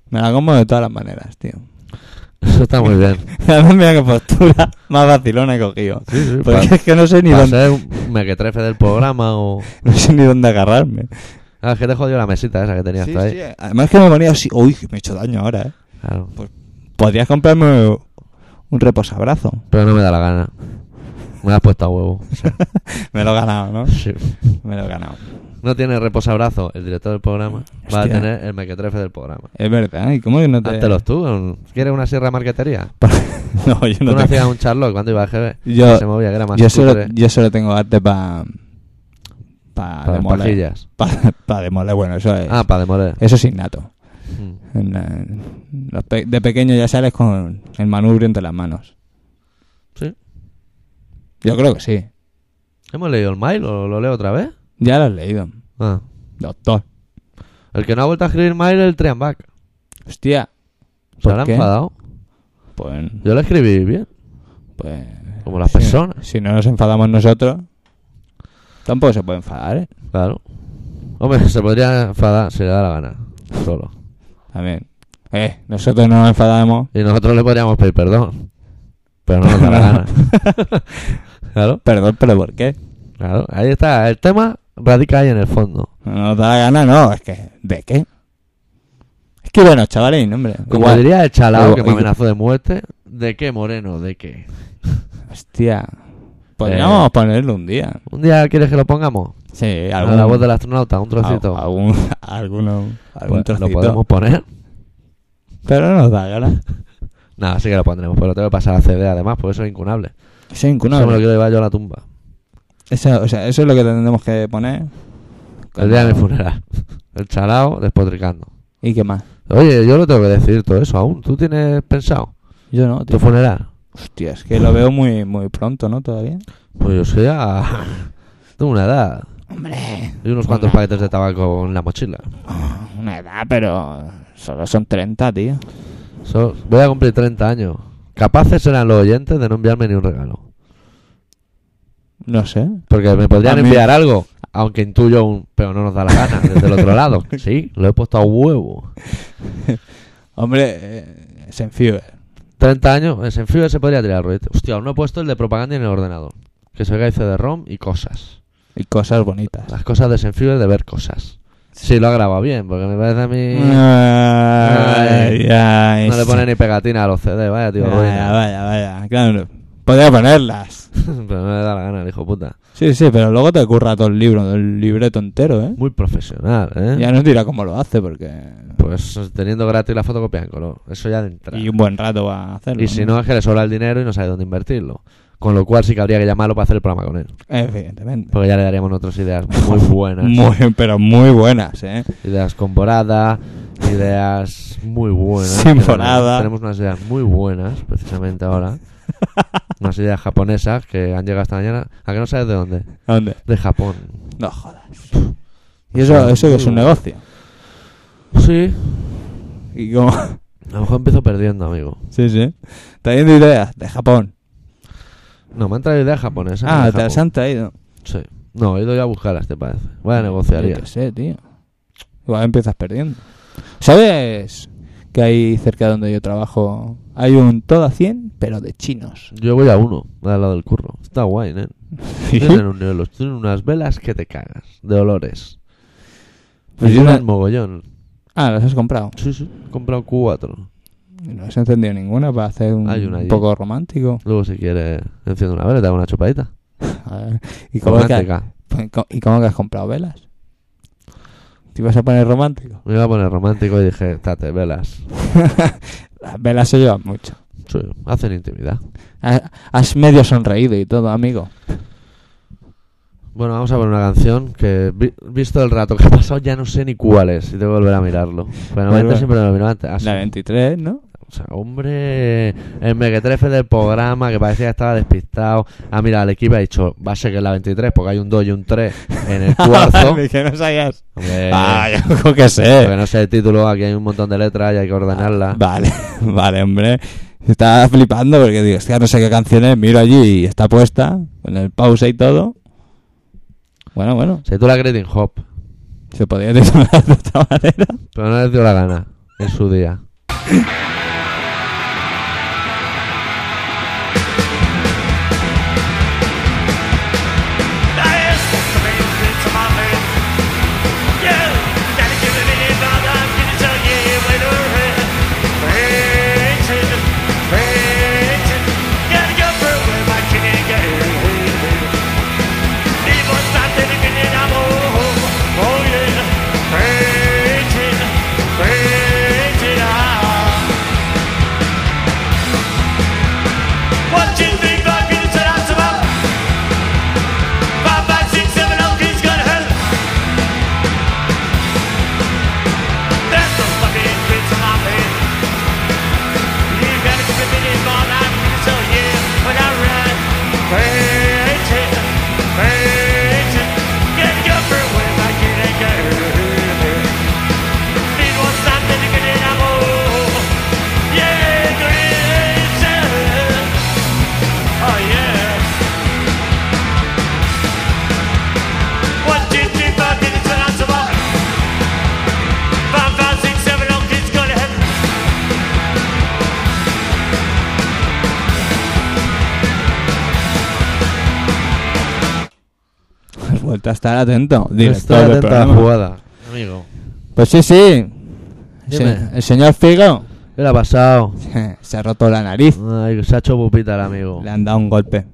S2: Me la como de todas las maneras, tío.
S3: Eso está muy bien.
S2: Además, mira qué postura más vacilona he cogido.
S3: Sí, sí,
S2: Porque
S3: pa-
S2: es que no sé ni
S3: pa'
S2: dónde...
S3: ser un mequetrefe del programa o...
S2: No sé ni dónde agarrarme.
S3: Ah, es que te jodió la mesita esa que tenías
S2: Sí,
S3: tú ahí.
S2: sí, eh. Además que me ponía así, uy, que me he hecho daño ahora, ¿eh?
S3: Claro.
S2: Podrías comprarme un reposabrazo.
S3: Pero no me da la gana. Me has puesto a huevo. O sea,
S2: Me lo he ganado, ¿no?
S3: sí.
S2: Me lo he ganado.
S3: No tiene reposabrazo el director del programa. Va a
S2: Hostia.
S3: tener el mequetrefe del programa.
S2: Es verdad, ¿eh? ¿y cómo que no te...?
S3: Háztelos tú. un- ¿Quieres una sierra marquetería?
S2: no, yo
S3: Tú
S2: no
S3: no
S2: tengo...
S3: hacías un charlock cuando iba a GB.
S2: Yo-
S3: Que se movía, que ¿eh? era más
S2: Yo solo,
S3: cutre.
S2: yo solo tengo arte para... Para
S3: Para las
S2: demoler.
S3: pajillas.
S2: Para demoler, bueno, Ah, eso es...
S3: Ah, para demoler.
S2: Eso es innato.
S3: Mm.
S2: En, eh, los pe- De pequeño ya sales con el manubrio entre las manos.
S3: Sí.
S2: Yo creo que sí.
S3: ¿Hemos leído el mail o lo leo otra vez?
S2: Ya lo has leído.
S3: Ah.
S2: Doctor.
S3: El que no ha vuelto a escribir mail es el Triambac.
S2: Hostia.
S3: Se
S2: ¿Por
S3: habrá
S2: qué?
S3: enfadado.
S2: Pues...
S3: Yo lo escribí bien,
S2: Pues...
S3: como las
S2: Sí.
S3: personas.
S2: Si no nos enfadamos nosotros, tampoco se puede enfadar, ¿eh?
S3: Claro. Hombre, se podría enfadar si le da la gana. Solo.
S2: También. Eh, nosotros no nos enfadamos,
S3: Y nosotros le podríamos pedir perdón. Pero no nos da la
S2: No.
S3: gana. claro,
S2: perdón, pero ¿por qué?
S3: claro. Ahí está. El tema radica ahí en el fondo.
S2: No nos da la gana, no, es que, ¿de qué? Es que bueno, chavales, no, hombre.
S3: Como
S2: igual-
S3: diría el chalao
S2: Igual-
S3: que me amenazó de muerte. ¿De qué, Moreno? ¿De qué?
S2: Hostia. Podríamos ponerlo un día.
S3: ¿Un día quieres que lo pongamos?
S2: Sí,
S3: Eh. A
S2: algún.
S3: la voz del astronauta, un trocito.
S2: al- Algún, alguno, algún
S3: Pues,
S2: trocito.
S3: ¿Lo podemos poner?
S2: Pero no nos da gana.
S3: Nada, sí que lo pondremos, pero lo tengo que pasar a CD además, porque eso es incunable.
S2: Eso es
S3: Eso me lo
S2: incunable.
S3: quiero llevar yo a la tumba.
S2: Eso, o sea, eso es lo que tendremos que poner.
S3: El día de mi funeral. El chalao despotricando.
S2: ¿Y qué más?
S3: Oye, yo lo tengo que decir todo eso aún. ¿Tú tienes pensado
S2: Yo no, tío.
S3: tu funeral?
S2: Hostia, es Pues que lo veo muy, muy pronto, ¿no? Todavía.
S3: Pues yo soy ya... Tengo una edad.
S1: Hombre,
S3: Y unos cuantos paquetes de tabaco en la mochila.
S1: una
S2: Ah,
S1: edad, pero solo son 30, tío.
S3: So- voy a cumplir 30 años. Capaces serán los oyentes de no enviarme ni un regalo.
S2: No sé.
S3: Porque me podrían
S2: A mí-
S3: enviar algo, aunque intuyo un... Pero no nos da la gana, desde el otro lado. Sí, lo he puesto a huevo.
S2: Hombre, eh, Senfiewer.
S3: 30 años, en Senfío se podría tirar el rollete. Hostia, aún no he puesto el de propaganda en el ordenador. Que se oiga el CD-ROM y cosas.
S2: Y cosas bonitas.
S3: Las cosas de Senfibre de ver cosas. Sí, lo ha grabado bien, porque me parece a mí.
S2: Ah, Ay, ay,
S3: No le
S2: sí.
S3: pone ni pegatina a los CD, vaya
S2: Ah,
S3: tío.
S2: Vaya,
S3: ruina.
S2: vaya, vaya. Claro, podría ponerlas.
S3: Pero no le da la gana, el hijo puta.
S2: Sí, sí, pero luego te curra todo el libro, el libreto entero, ¿eh?
S3: Muy profesional, ¿eh?
S2: Ya nos dirá cómo lo hace, porque...
S3: Pues teniendo gratis la fotocopia en color. Eso ya de entrada.
S2: Y un buen rato va a hacerlo.
S3: Y si no, es que le sobra el dinero y no sabe dónde invertirlo. Con lo cual sí que habría que llamarlo para hacer el programa con él.
S2: Evidentemente.
S3: Porque ya le daríamos otras ideas muy buenas.
S2: Muy, pero muy buenas, ¿eh?
S3: Ideas con Borada, ideas muy buenas.
S2: Sin
S3: Tenemos-
S2: Borada.
S3: Tenemos unas ideas muy buenas, precisamente ahora. unas ideas japonesas que han llegado esta mañana. ¿A que no sabes de dónde?
S2: ¿A dónde?
S3: De Japón.
S2: No jodas. Y eso, eso que es un negocio.
S3: Sí.
S2: Y como...
S3: A lo mejor empiezo perdiendo, amigo.
S2: Sí, sí. Trayendo ideas de Japón.
S3: No, me han traído ideas japonesas.
S2: Ah,
S3: de
S2: te las
S3: Japón.
S2: han traído.
S3: Sí. No, he ido yo a buscarlas, te parece. Vaya
S2: Yo
S3: negociaría.
S2: qué sé, tío. Igual empiezas perdiendo. ¿Sabes que hay cerca de donde yo trabajo. Hay un todo a 100, pero de chinos.
S3: Yo voy a uno, al lado del curro. Está guay, ¿eh?
S2: Pues
S3: Tienen, un nivel, tienen unas velas que te cagas, de olores.
S2: Pues
S3: Pues
S2: yo
S3: yo
S2: no-
S3: mogollón.
S2: Ah, las has comprado.
S3: Sí, sí, he comprado cuatro.
S2: No has encendido ninguna para hacer un,
S3: Hay una allí.
S2: poco romántico.
S3: Luego, si quieres, enciendo una vela, te hago una chupadita.
S2: A ver, ¿Y cómo, es que,
S3: Romántica.
S2: ¿Y cómo que has comprado velas? ¿Te ibas a poner romántico?
S3: Me iba a poner romántico y dije, estate, velas.
S2: Las velas se llevan mucho.
S3: Sí, hacen intimidad.
S2: Ha- Has medio sonreído y todo, amigo.
S3: Bueno, vamos a poner una canción que, vi- visto el rato que ha pasado, ya no sé ni cuál es. Y tengo que volver a mirarlo. Pero
S2: bueno.
S3: normalmente siempre me lo miro antes. Así.
S2: La 23, ¿no?
S3: O sea, hombre, el mequetrefe del programa que parecía que estaba despistado. Ah, mira, el equipo ha dicho, va a ser que es la 23 porque hay un 2 y un 3 en el cuarzo.
S2: Ni que no sabías.
S3: Hombre,
S2: Ah, yo creo que
S3: porque
S2: sé.
S3: Eh, no sé el título, aquí hay un montón de letras y hay que ordenarlas.
S2: Vale, vale, hombre. Estaba flipando porque digo, hostia, no sé qué canción es. Miro allí y está puesta, con el pause y todo. Bueno, bueno,
S3: Se titula Greeting Hop,
S2: se podía titular de otra manera.
S3: pero no les dio la gana en su día.
S4: One, two, three, four, get it, set out, some up. Five, five, six, seven, oh, he's gonna hurt. That's the fucking kids of my man. You gotta keep it in all night, so yeah, when I ride, waiting, waiting, get your fruit when I get it, girl. Need one stop, then you get it, I'm old. Yeah, great, oh yeah. One, two, three, four, get it, turn on some more. Five, five, six, seven, oh, kids, go to heaven.
S2: Has vuelto Pues a estar atento. director
S3: Está
S2: del
S3: atento a la
S2: programa.
S3: jugada, amigo.
S2: Pues sí, sí. El
S3: Dime.
S2: se- el señor Figo
S3: ¿Qué le ha pasado?
S2: se ha roto la nariz.
S3: Ay, se ha hecho pupita el amigo.
S2: Le han dado un golpe.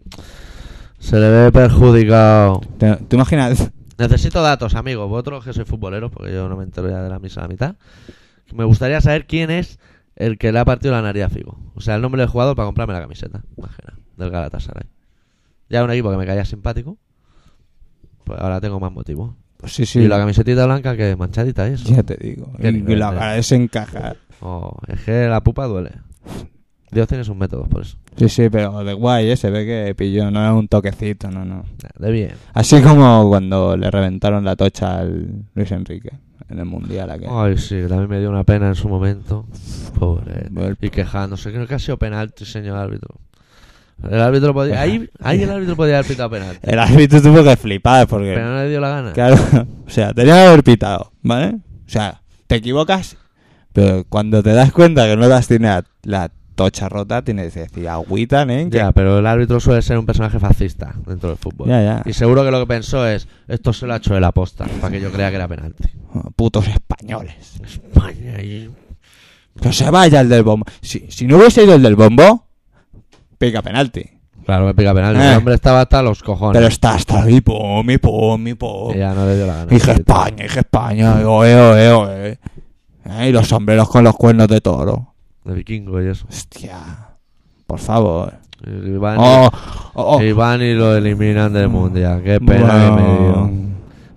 S3: Se le ve perjudicado.
S2: ¿Te, te imaginas?
S3: Necesito datos, amigos. Vosotros que sois futboleros, porque yo no me entero ya de la misa a la mitad. Me gustaría saber quién es el que le ha partido la nariz a Figo. O sea, el nombre del jugador para comprarme la camiseta. Imagina, del Galatasaray. Ya un equipo que me caía simpático. Pues ahora tengo más motivo.
S2: Pues sí, sí.
S3: Y la camisetita blanca que manchadita y eso.
S2: Ya te digo.
S3: Qué
S2: Y
S3: nivel,
S2: la
S3: eh.
S2: cara desencaja.
S3: Oh, es que la pupa duele. Dios tiene sus métodos por eso.
S2: Sí, sí, pero de guay, ¿eh? se ve que pilló. No era un toquecito, no, no.
S3: Nah, De bien.
S2: Así como cuando le reventaron la tocha al Luis Enrique en el Mundial. aquel.
S3: Ay, sí, también me dio una pena en su momento. Pobre.
S2: Bueno.
S3: Y quejándose. Creo que ha sido penalti, señor árbitro. El árbitro podía. Ahí, ahí el árbitro podía haber pitado penalti.
S2: El árbitro tuvo que flipar porque...
S3: Pero no le dio la gana.
S2: Claro, o sea, tenía que haber pitado, ¿vale? O sea, te equivocas, pero cuando te das cuenta que no das tiene la, la tocha rota, tienes que decir, agüita, ¿eh?
S3: Ya, pero el árbitro suele ser un personaje fascista dentro del fútbol.
S2: Ya, ya.
S3: Y seguro que lo que pensó es: esto se lo ha hecho el aposta, para que yo crea que era penalti.
S2: Putos españoles.
S3: España y.
S2: Que se vaya el del bombo. Si, si no hubiese ido el del bombo, pica penalti.
S3: Claro que pica penalti.
S2: Eh.
S3: El hombre estaba hasta los cojones.
S2: Pero está hasta ahí, pum, y pum, y pum.
S3: Y ya no le dio la gana.
S2: Dije
S3: Sí,
S2: España, dije España, y oe, oe, oe. Eh, Y los sombreros con los cuernos de toro.
S3: De vikingo y eso.
S2: Hostia, por favor.
S3: Y Iván,
S2: Oh, oh, oh.
S3: y Iván y lo eliminan del mundial. Qué pena que me dio.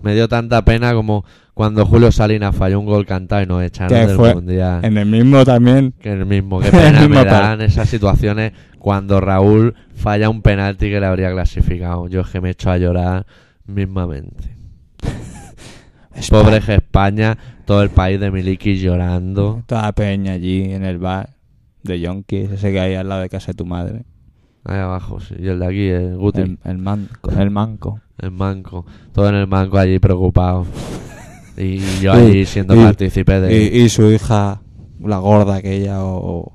S3: Me dio tanta pena como cuando Julio Salinas falló un gol cantado y nos echaron
S2: Que
S3: del
S2: fue
S3: mundial.
S2: En el mismo también.
S3: Que el mismo, qué
S2: el
S3: pena
S2: mismo
S3: me
S2: palo.
S3: dan esas situaciones cuando Raúl falla un penalti que le habría clasificado. Yo es que me echo a llorar mismamente. Pobre España, todo el país de Miliki llorando.
S2: Toda la peña allí en el bar de Yonkis, ese que hay al lado de casa de tu madre.
S3: Ahí abajo, sí. Y el de aquí, el Guti,
S2: El, el manco. El manco.
S3: el manco. Todo en el manco allí preocupado. Y yo
S2: Y-
S3: allí siendo
S2: y-
S3: partícipe de...
S2: Y, y su hija la gorda aquella o, o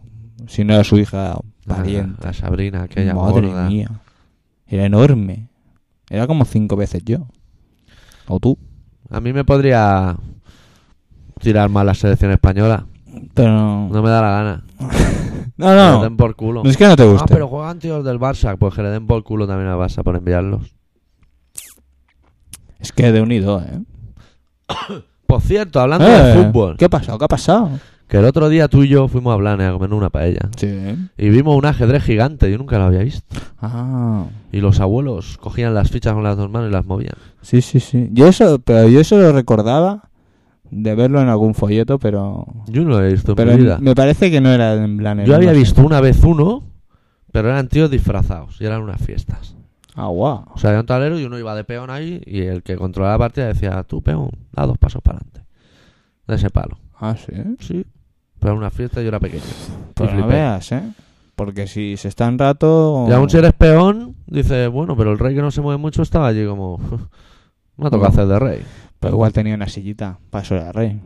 S2: si no era su hija,
S3: La,
S2: pariente.
S3: Sabrina, aquella
S2: Madre
S3: gorda.
S2: mía. Era enorme. Era como cinco veces yo. O tú.
S3: A mí me podría tirar mal la selección española.
S2: Pero no.
S3: No me da la gana.
S2: No,
S3: Que le
S2: no.
S3: den por culo.
S2: No es que no te
S3: Ah,
S2: guste.
S3: pero juegan tíos del Barça. Pues que le den por culo también al Barça por enviarlos.
S2: Es que de unido, ¿eh?
S3: Por cierto, hablando
S2: Eh,
S3: de fútbol,
S2: ¿Qué ha pasado? ¿Qué ha pasado?
S3: que el otro día tú y yo fuimos a Blanes a comer una paella.
S2: Sí.
S3: Y vimos un ajedrez gigante. Yo nunca lo había visto.
S2: Ah.
S3: Y los abuelos cogían las fichas con las dos manos y las movían.
S2: Sí, sí, sí. Yo eso, pero yo eso lo recordaba de verlo en algún folleto, pero.
S3: Yo no lo he visto en
S2: Pero
S3: mi
S2: en-
S3: vida.
S2: me parece que no era en plan. en
S3: Yo había
S2: una-
S3: visto una vez uno, pero eran tíos disfrazados y eran unas fiestas.
S2: Ah, guau.
S3: O sea, había un tablero y uno iba de peón ahí y el que controlaba la partida decía, tú peón, da dos pasos para adelante. De ese palo.
S2: Ah, sí.
S3: Sí, pero era una fiesta y yo era pequeño.
S2: Pues no
S3: flipé.
S2: veas, ¿eh? Porque si se está en rato.
S3: Y aún si eres peón, dices, bueno, pero el rey que no se mueve mucho estaba allí como... Me ha tocado hacer de rey.
S2: Pero igual tenía una sillita. Para eso era rey.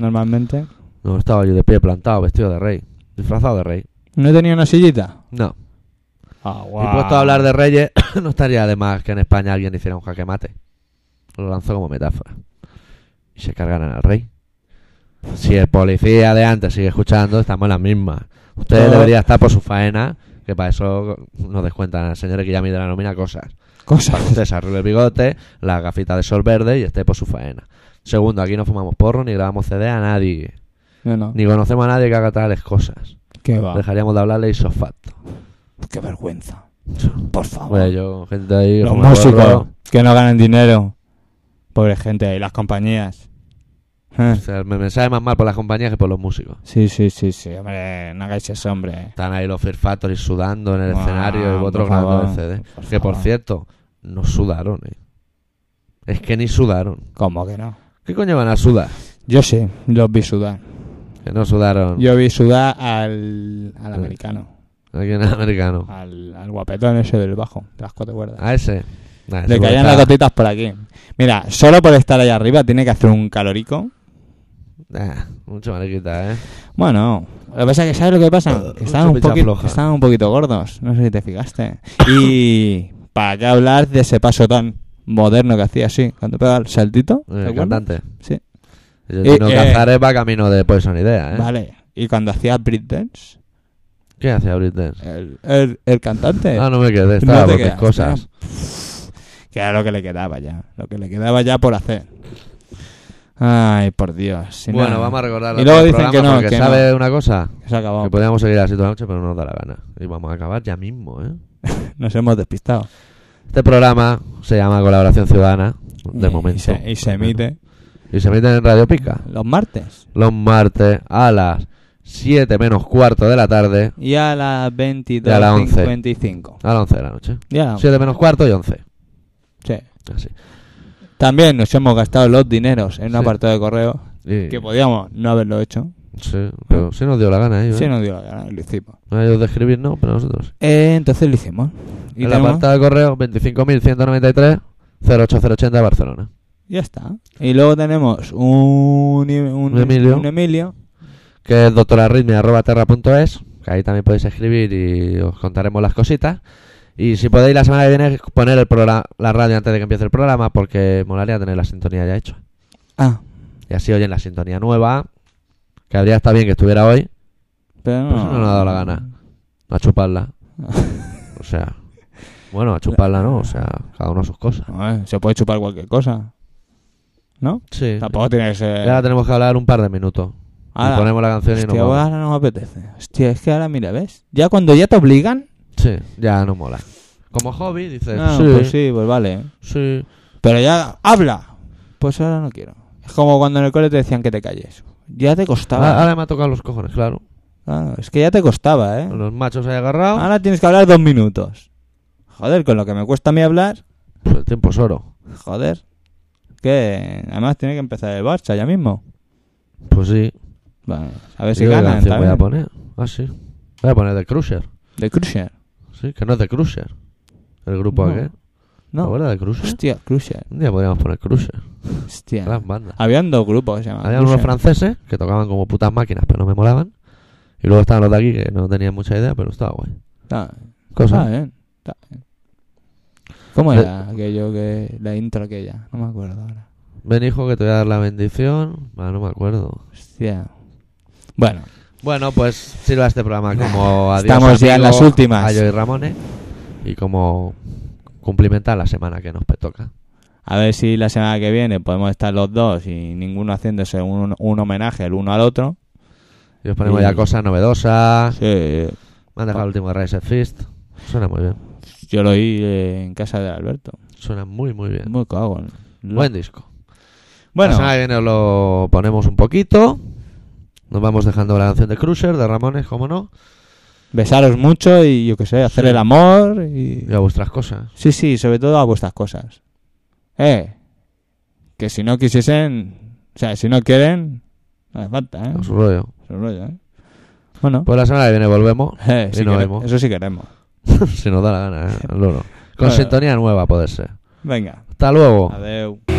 S2: Normalmente.
S3: No, estaba yo de pie plantado, vestido de rey. Disfrazado de rey.
S2: ¿No tenía una sillita?
S3: No.
S2: Ah,
S3: Y puesto a hablar de reyes, no estaría de más que en España alguien hiciera un jaque mate. Lo lanzó como metáfora. Y se cargaran al rey. Si el policía de antes sigue escuchando, estamos en las mismas. Usted
S2: Todo-
S3: debería estar por su faena, que para eso nos descuentan al señor que ya mide la nómina cosas. Para que
S2: Cosas.
S3: usted se arregle el bigote, las gafitas de sol verde y esté por su faena. Segundo, aquí no fumamos porro ni grabamos CD a nadie.
S2: No, no.
S3: Ni conocemos a nadie que haga tales cosas.
S2: Qué va.
S3: Dejaríamos de hablarle y sofacto.
S2: Qué vergüenza. Por favor.
S3: Bueno, yo, gente ahí.
S2: Los
S3: fumando
S2: músicos
S3: porro.
S2: que no ganan dinero. Pobre gente, y las compañías. Eh,
S3: O sea, me, me sabe más mal por las compañías que por los músicos.
S2: Sí, sí, sí, sí, hombre, no hagáis eso, hombre.
S3: Están ahí los Fear Factory sudando en el
S2: Ah,
S3: escenario y
S2: por
S3: otros grabando el
S2: favor,
S3: CD.
S2: por
S3: que por
S2: favor.
S3: cierto, no sudaron, eh. Es que ni sudaron.
S2: ¿Cómo que no?
S3: ¿Qué coño van a sudar?
S2: Yo sí, los vi sudar.
S3: Que no sudaron.
S2: Yo vi sudar al, al americano,
S3: Aquí en el americano.
S2: al, al guapetón ese del bajo, de las cuatro cuerdas.
S3: A ese. Nah, ese
S2: Le
S3: porque
S2: caían las
S3: estaba-
S2: gotitas por aquí. Mira, solo por estar ahí arriba tiene que hacer un calorico.
S3: Nah, mucho mariquita, eh.
S2: Bueno, lo que pasa es que ¿sabes lo que pasa?
S3: Uh,
S2: Que estaban un,
S3: mucha
S2: poqui-
S3: floja.
S2: estaban un poquito gordos, no sé si te fijaste. Y para qué hablar de ese paso tan moderno que hacía así, cuando pega el saltito, ¿te
S3: Eh, El
S2: acuerdas?
S3: cantante.
S2: Sí.
S3: Yo
S2: Eh,
S3: no
S2: eh.
S3: Cazares va camino de Poison Idea, eh.
S2: Vale. Y cuando hacía breakdance,
S3: ¿Qué hacía Britney?
S2: el, el, el cantante,
S3: Ah, no me quedé,
S2: Eh,
S3: estaba
S2: No te
S3: por mis
S2: quedas,
S3: cosas.
S2: que era lo que le quedaba ya, lo que le quedaba ya por hacer. Ay, por Dios. si
S3: Bueno,
S2: nada.
S3: vamos a recordar
S2: Y luego
S3: el
S2: dicen que
S3: programa
S2: no,
S3: porque
S2: que no,
S3: ¿sabe una cosa?
S2: que se ha acabado.
S3: Que podíamos seguir así toda la noche, pero no nos da la gana. Y vamos a acabar ya mismo, ¿eh?
S2: Nos hemos despistado.
S3: Este programa se llama Colaboración Ciudadana, de
S2: Y-
S3: momento.
S2: Y se, y se emite
S3: Y se emite en Radio Pica.
S2: los martes.
S3: Los martes a las 7 menos cuarto de la tarde,
S2: Y a las 22.55.
S3: Y a las 11. a las 11 de la noche.
S2: Y a la-
S3: 7 menos cuarto y 11.
S2: sí.
S3: Así.
S2: También nos hemos gastado los dineros en un
S3: Sí.
S2: apartado de correo
S3: Y-
S2: que podíamos no haberlo hecho.
S3: sí, pero sí nos dio la gana, ellos,
S2: Sí,
S3: ¿eh?
S2: nos dio la gana, lo hicimos.
S3: A ellos de escribir no, pero nosotros. sí.
S2: Eh, entonces lo hicimos. Y
S3: El
S2: tenemos-
S3: apartado de correo 25.193-08080 de Barcelona.
S2: Ya está. Y luego tenemos un, un,
S3: Un Emilio.
S2: un Emilio.
S3: que es doctorarritmia.terra.es, que ahí también podéis escribir y os contaremos las cositas. Y si podéis la semana que viene poner el programa, la radio antes de que empiece el programa, porque molaría tener la sintonía ya hecha.
S2: Ah,
S3: Y así oyen la sintonía nueva, que habría estado bien que estuviera hoy,
S2: pero no.
S3: Pues no nos ha dado la gana. a chuparla. O sea, bueno, a chuparla no, o sea, cada uno sus cosas.
S2: Joder, se puede chupar cualquier cosa. ¿No?
S3: Sí.
S2: Tampoco tiene que ser.
S3: Y ahora tenemos que hablar un par de minutos.
S2: Ahora.
S3: Y ponemos la canción y
S2: Hostia,
S3: nos vamos.
S2: ahora no me apetece. Hostia, es que ahora mira, ¿ves? Ya cuando ya te obligan.
S3: Sí, ya no mola. Como hobby dices,
S2: No,
S3: Eh, sí,
S2: pues sí, pues vale.
S3: sí,
S2: Pero ya, habla. Pues ahora no quiero. Es como cuando en el cole te decían que te calles. Ya te
S3: Ahora,
S2: costaba.
S3: ahora me ha tocado los cojones, claro.
S2: Ah, es que ya te costaba, ¿eh?
S3: Los machos ahí agarrados.
S2: Ahora tienes que hablar dos minutos. Joder, con lo que me cuesta a mí hablar.
S3: Pues el tiempo es oro.
S2: Joder. Que además tiene que empezar el Barça ya mismo.
S3: Pues sí.
S2: Bueno, a ver
S3: ¿Y
S2: si
S3: qué
S2: ganan
S3: canción voy a
S2: también.
S3: poner? Ah, sí. Voy a poner The Cruiser.
S2: De Crusher.
S3: Sí, que no es The Cruiser. El grupo
S2: No.
S3: aquel. ¿Te
S2: No.
S3: acuerdas de Crusher?
S2: Hostia, Crusher.
S3: Un día podríamos poner Crusher.
S2: Hostia.
S3: Gran banda.
S2: Habían dos grupos que se llamaban.
S3: Había unos
S2: Crusher.
S3: franceses que tocaban como putas máquinas, pero no me molaban. Y luego estaban los de aquí que no tenían mucha idea, pero estaba guay.
S2: Ah,
S3: Cosa.
S2: Está bien, está bien. ¿Cómo
S3: Eh,
S2: era aquello que. la intro aquella? No me acuerdo ahora.
S3: Ven, hijo, que te voy a dar la bendición. Bueno, no me acuerdo.
S2: Hostia. Bueno,
S3: Bueno, pues sirva este programa como adiós.
S2: Estamos ya en
S3: amigo,
S2: las últimas.
S3: A yo y Ramones. Y como cumplimentar la semana que nos toca.
S2: a ver si la semana que viene podemos estar los dos y ninguno haciéndose un, un homenaje el uno al otro.
S3: Y os ponemos
S2: Y-
S3: ya cosas novedosas.
S2: Sí,
S3: Me han dejado el último de Rise of Fist. Suena muy bien.
S2: yo lo oí eh, en casa de Alberto.
S3: Suena muy, muy bien.
S2: Muy cago. en-
S3: Buen disco. La
S2: Bueno,
S3: semana que viene os lo ponemos un poquito. Nos vamos dejando la canción de Cruiser, de Ramones, como no.
S2: besaros mucho y yo qué sé, hacer
S3: Sí.
S2: el amor y.
S3: Y a vuestras cosas.
S2: Sí, sí, sobre todo a vuestras cosas. Eh, que si no quisiesen, o sea, si no quieren, no hace falta, ¿eh?
S3: A su rollo.
S2: Su rollo, ¿eh? Bueno,
S3: Pues la semana que viene volvemos.
S2: eh,
S3: y
S2: si
S3: nos
S2: quere-
S3: vemos.
S2: eso sí queremos.
S3: si nos da la gana, ¿eh? al loro. Con
S2: Bueno.
S3: sintonía nueva, puede ser.
S2: Venga,
S3: Hasta luego.
S2: adeu.